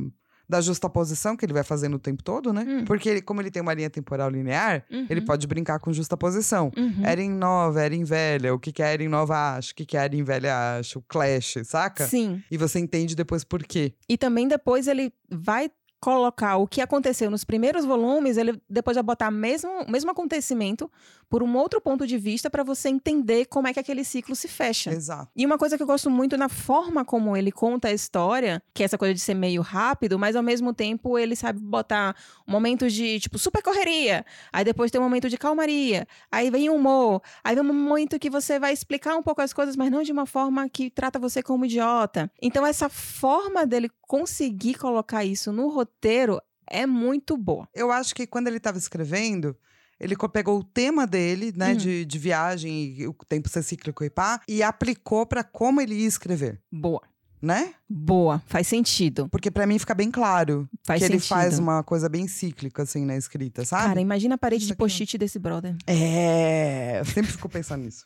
A: da justaposição que ele vai fazendo o tempo todo, né?
B: Hum.
A: Porque, ele, como ele tem uma linha temporal linear,
B: Uhum.
A: ele pode brincar com justaposição.
B: Uhum.
A: Eren nova, Eren velha, o que que a Eren nova acha, o que que a Eren velha acha, o Clash, saca?
B: Sim.
A: E você entende depois por quê.
B: E também depois ele vai colocar o que aconteceu nos primeiros volumes, ele depois vai botar mesmo o mesmo acontecimento por um outro ponto de vista para você entender como é que aquele ciclo se fecha.
A: Exato.
B: E uma coisa que eu gosto muito na forma como ele conta a história, que é essa coisa de ser meio rápido, mas ao mesmo tempo ele sabe botar momentos de, tipo, super correria. Aí depois tem um momento de calmaria. Aí vem o humor. Aí vem um momento que você vai explicar um pouco as coisas, mas não de uma forma que trata você como idiota. Então, essa forma dele conseguir colocar isso no roteiro é muito boa.
A: Eu acho que quando ele estava escrevendo, ele co- pegou o tema dele, né,
B: Hum.
A: de, de viagem e o tempo ser cíclico e pá, e aplicou pra como ele ia escrever,
B: Boa.
A: né?
B: Boa. Faz sentido.
A: Porque pra mim fica bem claro
B: Faz
A: que
B: sentido.
A: ele faz uma coisa bem cíclica, assim, na escrita, sabe?
B: Cara, imagina a parede
A: Isso
B: de
A: aqui, ó.
B: post-it desse brother.
A: É, eu sempre fico pensando nisso.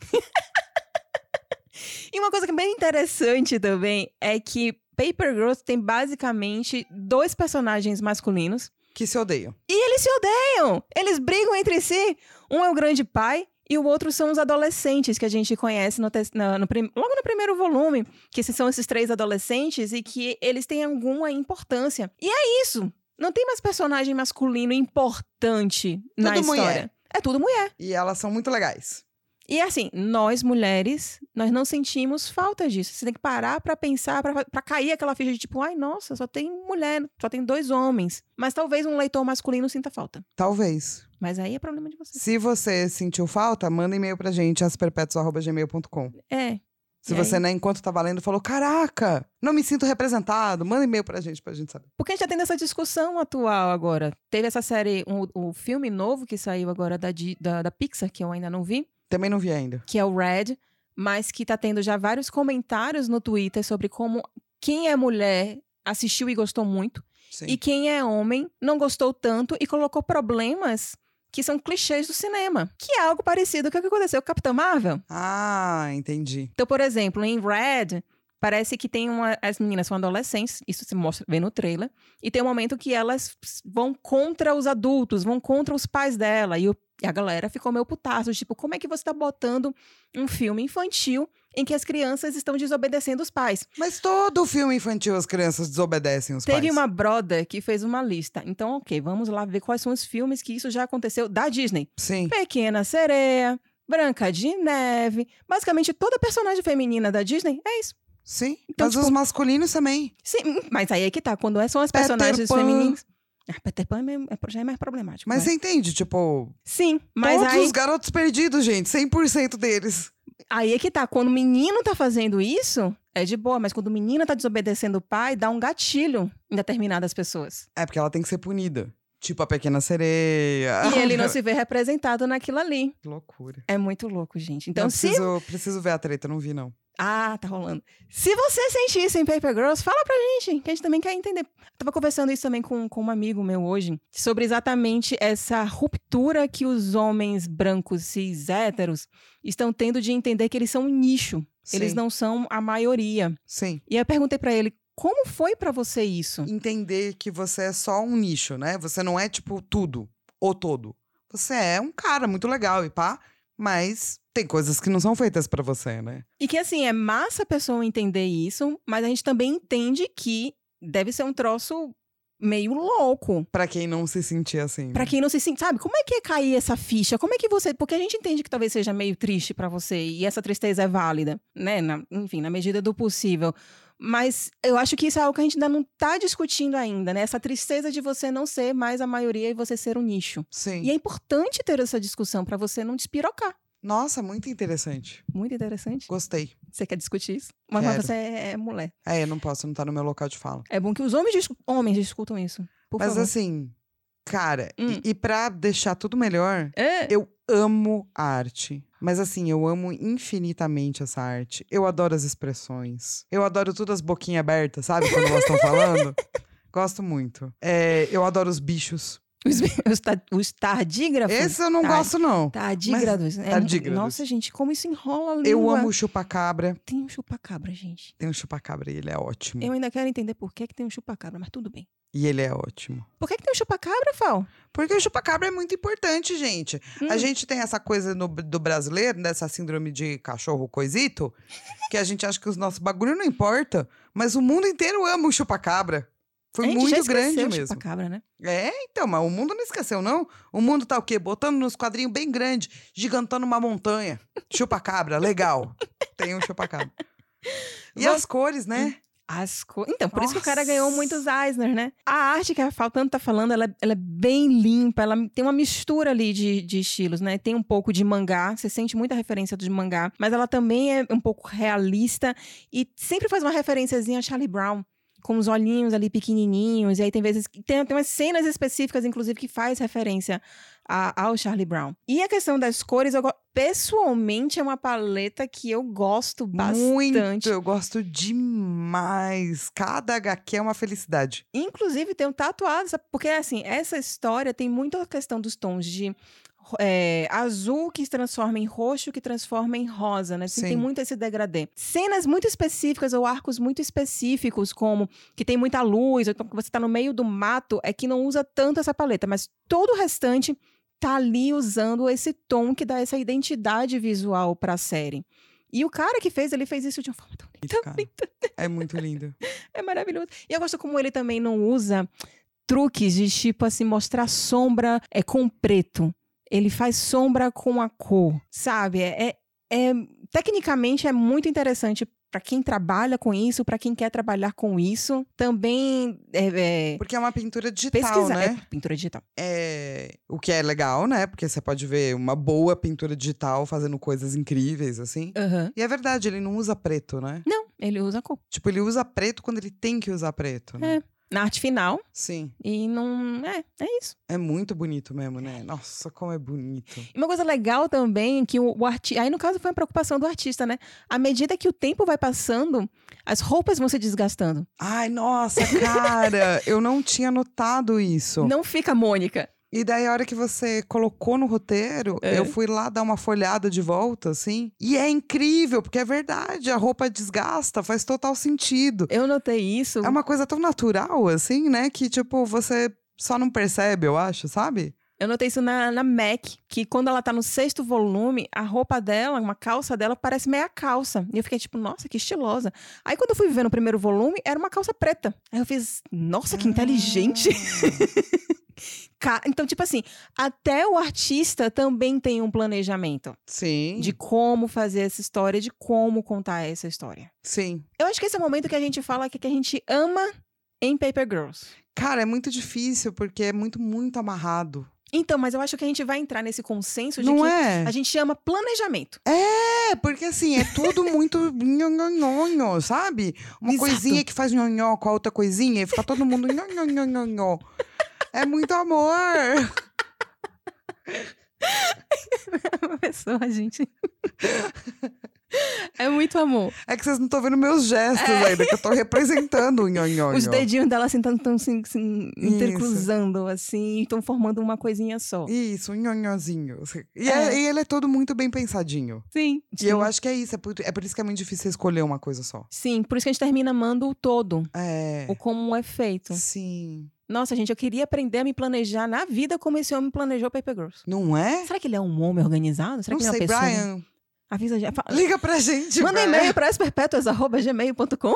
B: E uma coisa que é bem interessante também é que Paper Girls tem basicamente dois personagens masculinos
A: Que se odeiam.
B: e eles se odeiam. Eles brigam entre si. Um é o grande pai e o outro são os adolescentes que a gente conhece no tes- na- no prim- logo no primeiro volume, que esses são esses três adolescentes e que eles têm alguma importância. E é isso. Não tem mais personagem masculino importante na
A: Tudo mulher.
B: história. É tudo mulher.
A: E elas são muito legais.
B: E assim, nós mulheres, nós não sentimos falta disso. Você tem que parar pra pensar, pra pra cair aquela ficha de tipo, ai, nossa, só tem mulher, só tem dois homens. Mas talvez um leitor masculino sinta falta.
A: Talvez.
B: Mas aí é problema de vocês.
A: Se você sentiu falta, manda e-mail pra gente, asperpetos.gmail.com.
B: É.
A: Se
B: E aí?
A: você, né, enquanto tá valendo, falou: Caraca, não me sinto representado, manda e-mail pra gente, pra gente saber.
B: Porque a gente tá tendo essa discussão atual agora. Teve essa série, um- o filme novo que saiu agora da, Di- da, da Pixar, que eu ainda não vi,
A: Também não vi ainda.
B: que é o Red, mas que tá tendo já vários comentários no Twitter sobre como quem é mulher assistiu e gostou muito.
A: Sim.
B: E quem é homem não gostou tanto e colocou problemas que são clichês do cinema, que é algo parecido com o que aconteceu com Capitão Marvel.
A: Ah, entendi.
B: Então, por exemplo, em Red, parece que tem uma. As meninas são adolescentes, isso se mostra bem no trailer, e tem um momento que elas vão contra os adultos, vão contra os pais dela. E, o- e a galera ficou meio putaço, tipo, como é que você tá botando um filme infantil em que as crianças estão desobedecendo os pais?
A: Mas todo filme infantil as crianças desobedecem os
B: Teve
A: pais.
B: uma broda que fez uma lista. Então, ok, vamos lá ver quais são os filmes que isso já aconteceu da Disney.
A: Sim.
B: Pequena Sereia, Branca de Neve. Basicamente, toda personagem feminina da Disney é isso.
A: Sim.
B: Então,
A: Mas
B: tipo-
A: os masculinos também.
B: Sim, hum, mas aí é que tá. Quando é- são as
A: Peter
B: personagens
A: Pan.
B: femininas. Ah, Peter Pan é meio- é- já é mais problemático.
A: Mas
B: vai.
A: você entende, tipo,
B: Sim, mas
A: todos
B: aí,
A: os garotos perdidos, gente, 100% deles.
B: aí é que tá. Quando o menino tá fazendo isso, é de boa. Mas quando o menino tá desobedecendo o pai, dá um gatilho em determinadas pessoas.
A: É porque ela tem que ser punida. Tipo a pequena sereia.
B: E ele
A: [laughs]
B: não se vê representado naquilo ali.
A: Que loucura.
B: É muito louco, gente. Então,
A: Não,
B: se
A: preciso, preciso ver a treta, não vi, não.
B: Ah, tá rolando. Se você sentir isso em Paper Girls, fala pra gente, que a gente também quer entender. Eu tava conversando isso também com, com um amigo meu hoje, sobre exatamente essa ruptura que os homens brancos, cis, héteros, estão tendo de entender que eles são um nicho. Eles
A: Sim.
B: não são a maioria.
A: Sim.
B: E aí eu perguntei pra ele, como foi pra você isso?
A: Entender que você é só um nicho, né? Você não é, tipo, tudo ou todo. Você é um cara muito legal e pá, mas tem coisas que não são feitas pra você, né?
B: E que assim, é massa a pessoa entender isso, mas a gente também entende que deve ser um troço meio louco.
A: Pra quem não se sentir assim.
B: Pra quem não se sente, sabe? Como é que é cair essa ficha? Como é que você. Porque a gente entende que talvez seja meio triste pra você e essa tristeza é válida, né? Na- enfim, na medida do possível. Mas eu acho que isso é algo que a gente ainda não tá discutindo ainda, né? Essa tristeza de você não ser mais a maioria e você ser um nicho.
A: Sim.
B: E é importante ter essa discussão pra você não despirocar.
A: Nossa, muito interessante.
B: Muito interessante.
A: Gostei.
B: Você quer discutir isso? Mas, mas
A: Quero.
B: você é, é mulher.
A: É, eu não posso, não tá no meu local de fala.
B: É bom que os homens, discu- homens discutam isso. Por
A: Mas
B: favor.
A: assim, cara, e-
B: Hum.
A: e, pra deixar tudo melhor,
B: É.
A: eu amo a arte. Mas assim, eu amo infinitamente essa arte. Eu adoro as expressões. Eu adoro todas as boquinhas abertas, sabe? Quando elas estão
B: [laughs]
A: falando. Gosto muito. É, eu adoro os bichos.
B: Os, os, ta- os tardígrafos.
A: Esse eu não
B: Tá,
A: gosto, não.
B: Tardígrados. É,
A: tardígrados.
B: Nossa, gente, como isso enrola a língua.
A: tá Eu amo o chupacabra.
B: Tem um chupacabra, gente.
A: Tem um chupacabra e ele é ótimo.
B: Eu ainda quero entender por que, que tem um chupacabra, mas tudo bem.
A: E ele é ótimo.
B: Por que, que tem um chupacabra, Fal?
A: Porque o chupacabra é muito importante, gente. A
B: Hum.
A: gente tem essa coisa no- do brasileiro, dessa síndrome de cachorro coisito, que a gente acha que os nossos bagulho não importa, mas o mundo inteiro ama o chupacabra. Foi
B: a gente já
A: muito
B: esqueceu
A: grande
B: o
A: mesmo.
B: chupacabra, né?
A: É, então, mas o mundo não esqueceu, não. O mundo tá o quê? Botando nos quadrinhos bem grandes, gigantando uma montanha. Chupacabra, legal. Tem um chupacabra. E
B: Vamos-
A: as cores, né?
B: As co... Então, por isso que o cara
A: Nossa.
B: ganhou muitos Eisner, né? A arte que a Faltando tá falando, ela, ela é bem limpa, ela tem uma mistura ali de, de estilos, né? Tem um pouco de mangá, você sente muita referência de mangá, mas ela também é um pouco realista e sempre faz uma referenciazinha a Charlie Brown. Com os olhinhos ali pequenininhos, e aí tem vezes que tem, tem umas cenas específicas, inclusive, que faz referência a- ao Charlie Brown. E a questão das cores, eu go- pessoalmente é uma paleta que eu gosto
A: Muito,
B: bastante.
A: eu gosto demais. Cada HQ é uma felicidade.
B: Inclusive, tenho tatuado, sabe? porque assim, essa história tem muito a questão dos tons de ro- é, azul que se transforma em roxo, que transforma em rosa, né? Assim,
A: Sim.
B: Tem muito esse degradê. Cenas muito específicas ou arcos muito específicos, como que tem muita luz, ou então que você tá no meio do mato, é que não usa tanto essa paleta, mas todo o restante tá ali usando esse tom que dá essa identidade visual pra série. E o cara que fez, ele fez isso de uma forma tão
A: Isso, cara. É muito lindo.
B: é maravilhoso. E eu gosto como ele também não usa truques de tipo assim, mostrar sombra é com preto. Ele faz sombra com a cor, sabe? É, é- é- tecnicamente é muito interessante para quem trabalha com isso, para quem quer trabalhar com isso. Também é, é,
A: Porque é uma pintura digital,
B: pesquisar.
A: né?
B: É, pintura digital.
A: É, o que é legal, né? Porque você pode ver uma boa pintura digital fazendo coisas incríveis, assim.
B: Aham.
A: E é verdade, ele não usa preto, né?
B: Não, ele usa a cor.
A: Tipo, ele usa preto quando ele tem que usar preto, né?
B: Na arte final
A: Sim.
B: e não. É, é isso.
A: É muito bonito mesmo, né? Nossa, como é bonito.
B: E uma coisa legal também é que o, artista. Aí, no caso, foi uma preocupação do artista, né? À medida que o tempo vai passando, as roupas vão se desgastando.
A: Ai, nossa,
B: [laughs]
A: cara! eu não tinha notado isso.
B: Não fica Mônica.
A: E daí, a hora que você colocou no roteiro,
B: É.
A: eu fui lá dar uma folhada de volta, assim. E é incrível, porque é verdade, a roupa desgasta, faz total sentido.
B: Eu notei isso.
A: É uma coisa tão natural, assim, né? Que, tipo, você só não percebe, eu acho, sabe?
B: Eu notei isso na, na Mac, que quando ela tá no sexto volume, a roupa dela, uma calça dela, parece meia calça. E eu fiquei tipo, nossa, que estilosa. Aí quando eu fui ver no primeiro volume, era uma calça preta. Aí eu fiz, nossa, que inteligente.
A: Ah.
B: [laughs] Ca- Então, tipo assim, até o artista também tem um planejamento.
A: Sim.
B: de como fazer essa história, de como contar essa história.
A: Sim.
B: Eu acho que esse é o momento que a gente fala que, que a gente ama em Paper Girls.
A: Cara, é muito difícil, porque é muito, muito amarrado.
B: Então, mas eu acho que a gente vai entrar nesse consenso de
A: Não
B: que
A: é?
B: a gente ama planejamento.
A: É, porque assim, é tudo muito [laughs] nhonhonhonho, sabe? Uma
B: Exato.
A: coisinha que faz nhonhó com a outra coisinha e fica todo mundo nhonhonhonhonhó. É muito amor.
B: Uma pessoa, gente. [laughs] é muito amor.
A: É que vocês não estão vendo meus gestos ainda, que eu tô representando o nhonhonho.
B: Os dedinhos dela assim estão se, se intercruzando, assim, estão formando uma coisinha só.
A: Isso, um nhonhozinho. E, é-
B: É.
A: e ele é todo muito bem pensadinho.
B: Sim.
A: E eu acho que é isso. É por, é por isso que é muito difícil você escolher uma coisa só.
B: Sim, por isso que a gente termina amando o todo,
A: É.
B: o como é feito.
A: Sim.
B: Nossa, gente, eu queria aprender a me planejar na vida como esse homem planejou Paper Girls.
A: Não é?
B: Será que ele é um homem organizado? Será
A: não
B: que ele é uma
A: sei,
B: pessoa?
A: Brian.
B: Avisa já. Fala-
A: [laughs] Liga pra gente.
B: Manda
A: vai.
B: e-mail para asperpetuas.gmail.com.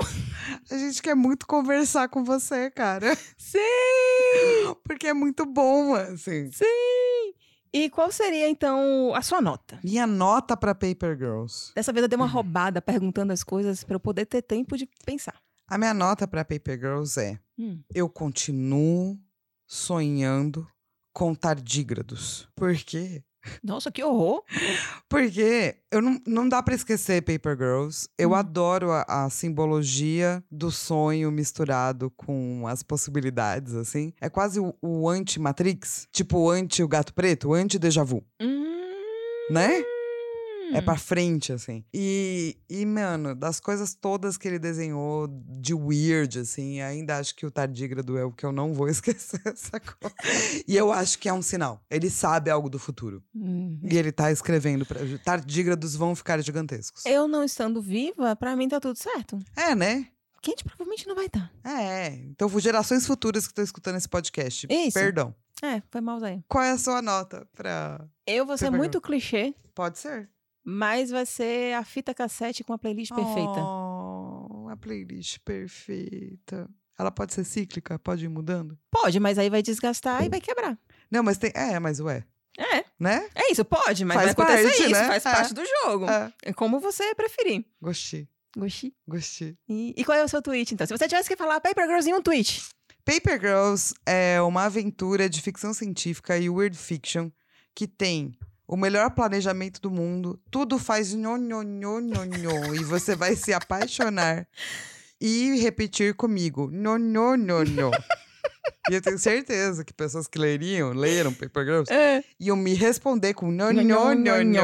A: A gente quer muito conversar com você, cara. [laughs]
B: Sim!
A: Porque é muito bom, assim.
B: Sim! E qual seria, então, a sua nota?
A: Minha nota pra Paper Girls.
B: Dessa vez eu dei uma roubada perguntando as coisas para eu poder ter tempo de pensar.
A: A minha nota pra Paper Girls é:
B: Hum.
A: eu continuo sonhando com tardígrados. Por quê?
B: Nossa, que horror!
A: Porque eu não, não dá pra esquecer Paper Girls. Eu
B: Hum.
A: adoro a, a simbologia do sonho misturado com as possibilidades, assim. É quase o, o anti-Matrix, tipo o anti-O Gato Preto, o anti-Déjà Vu,
B: Hum.
A: né? É pra frente, assim. E, e, mano, das coisas todas que ele desenhou de weird, assim, ainda acho que o Tardígrado é o que eu não vou [laughs] esquecer essa coisa. E eu acho que é um sinal. Ele sabe algo do futuro.
B: Hum.
A: E ele tá escrevendo pra. Tardígrados vão ficar gigantescos.
B: Eu não estando viva, pra mim tá tudo certo.
A: É, né?
B: Quente provavelmente não vai tá. estar.
A: É. Então, gerações futuras que estão escutando esse podcast.
B: Isso.
A: Perdão.
B: É, foi mal aí.
A: Qual é a sua nota pra.
B: Eu vou ser
A: Paper
B: muito clichê,
A: Pode ser?
B: mas vai ser a fita cassete com a playlist perfeita.
A: Oh, a playlist perfeita. Ela pode ser cíclica, pode ir mudando.
B: Pode, mas aí vai desgastar e vai quebrar.
A: Não, mas tem. É, mas ué.
B: É,
A: Né?
B: é isso, pode, mas
A: Faz
B: vai acontecer
A: parte,
B: isso,
A: né?
B: faz
A: É.
B: parte do jogo.
A: É.
B: É como você preferir.
A: Gostei,
B: Gostei.
A: gostei.
B: E, e qual é o seu tweet, então? Se você tivesse que falar Paper Girls em um tweet.
A: Paper Girls é uma aventura de ficção científica e weird fiction que tem o melhor planejamento do mundo, tudo faz nho, nho, nho, nho, nho, e você vai se apaixonar e repetir comigo, nho, nho, nho, nho. E eu tenho certeza que pessoas que leriam, leram Paper Girls,
B: É.
A: iam me responder com nho,
B: Nho,
A: nho,
B: nho,
A: nho, nho.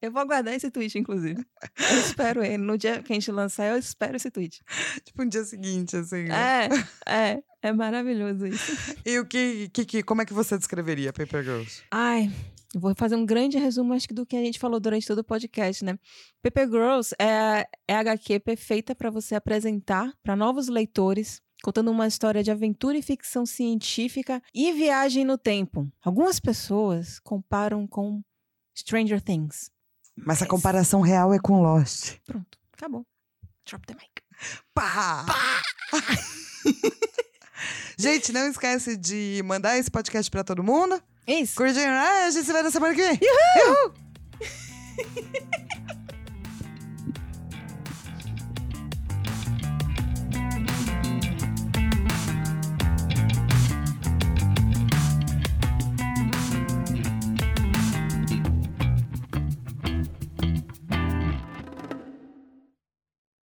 B: Eu vou aguardar esse tweet, [laughs] inclusive. Eu espero ele. No dia que a gente lançar, eu espero esse tweet.
A: Tipo, no dia seguinte, assim. né?
B: É, é. É maravilhoso isso.
A: E o que, que, que, como é que você descreveria Paper Girls?
B: Ai, eu vou fazer um grande resumo, acho que do que a gente falou durante todo o podcast, né? Paper Girls é, é a HQ perfeita para você apresentar para novos leitores, contando uma história de aventura e ficção científica e viagem no tempo. Algumas pessoas comparam com Stranger Things.
A: Mas a
B: Mas-
A: comparação real é com Lost.
B: Pronto, acabou. Drop the mic.
A: Pá! [laughs] Gente, não esquece de mandar esse podcast pra todo mundo. né?
B: É isso.
A: Curtindo, ah, a gente se vê na semana que vem.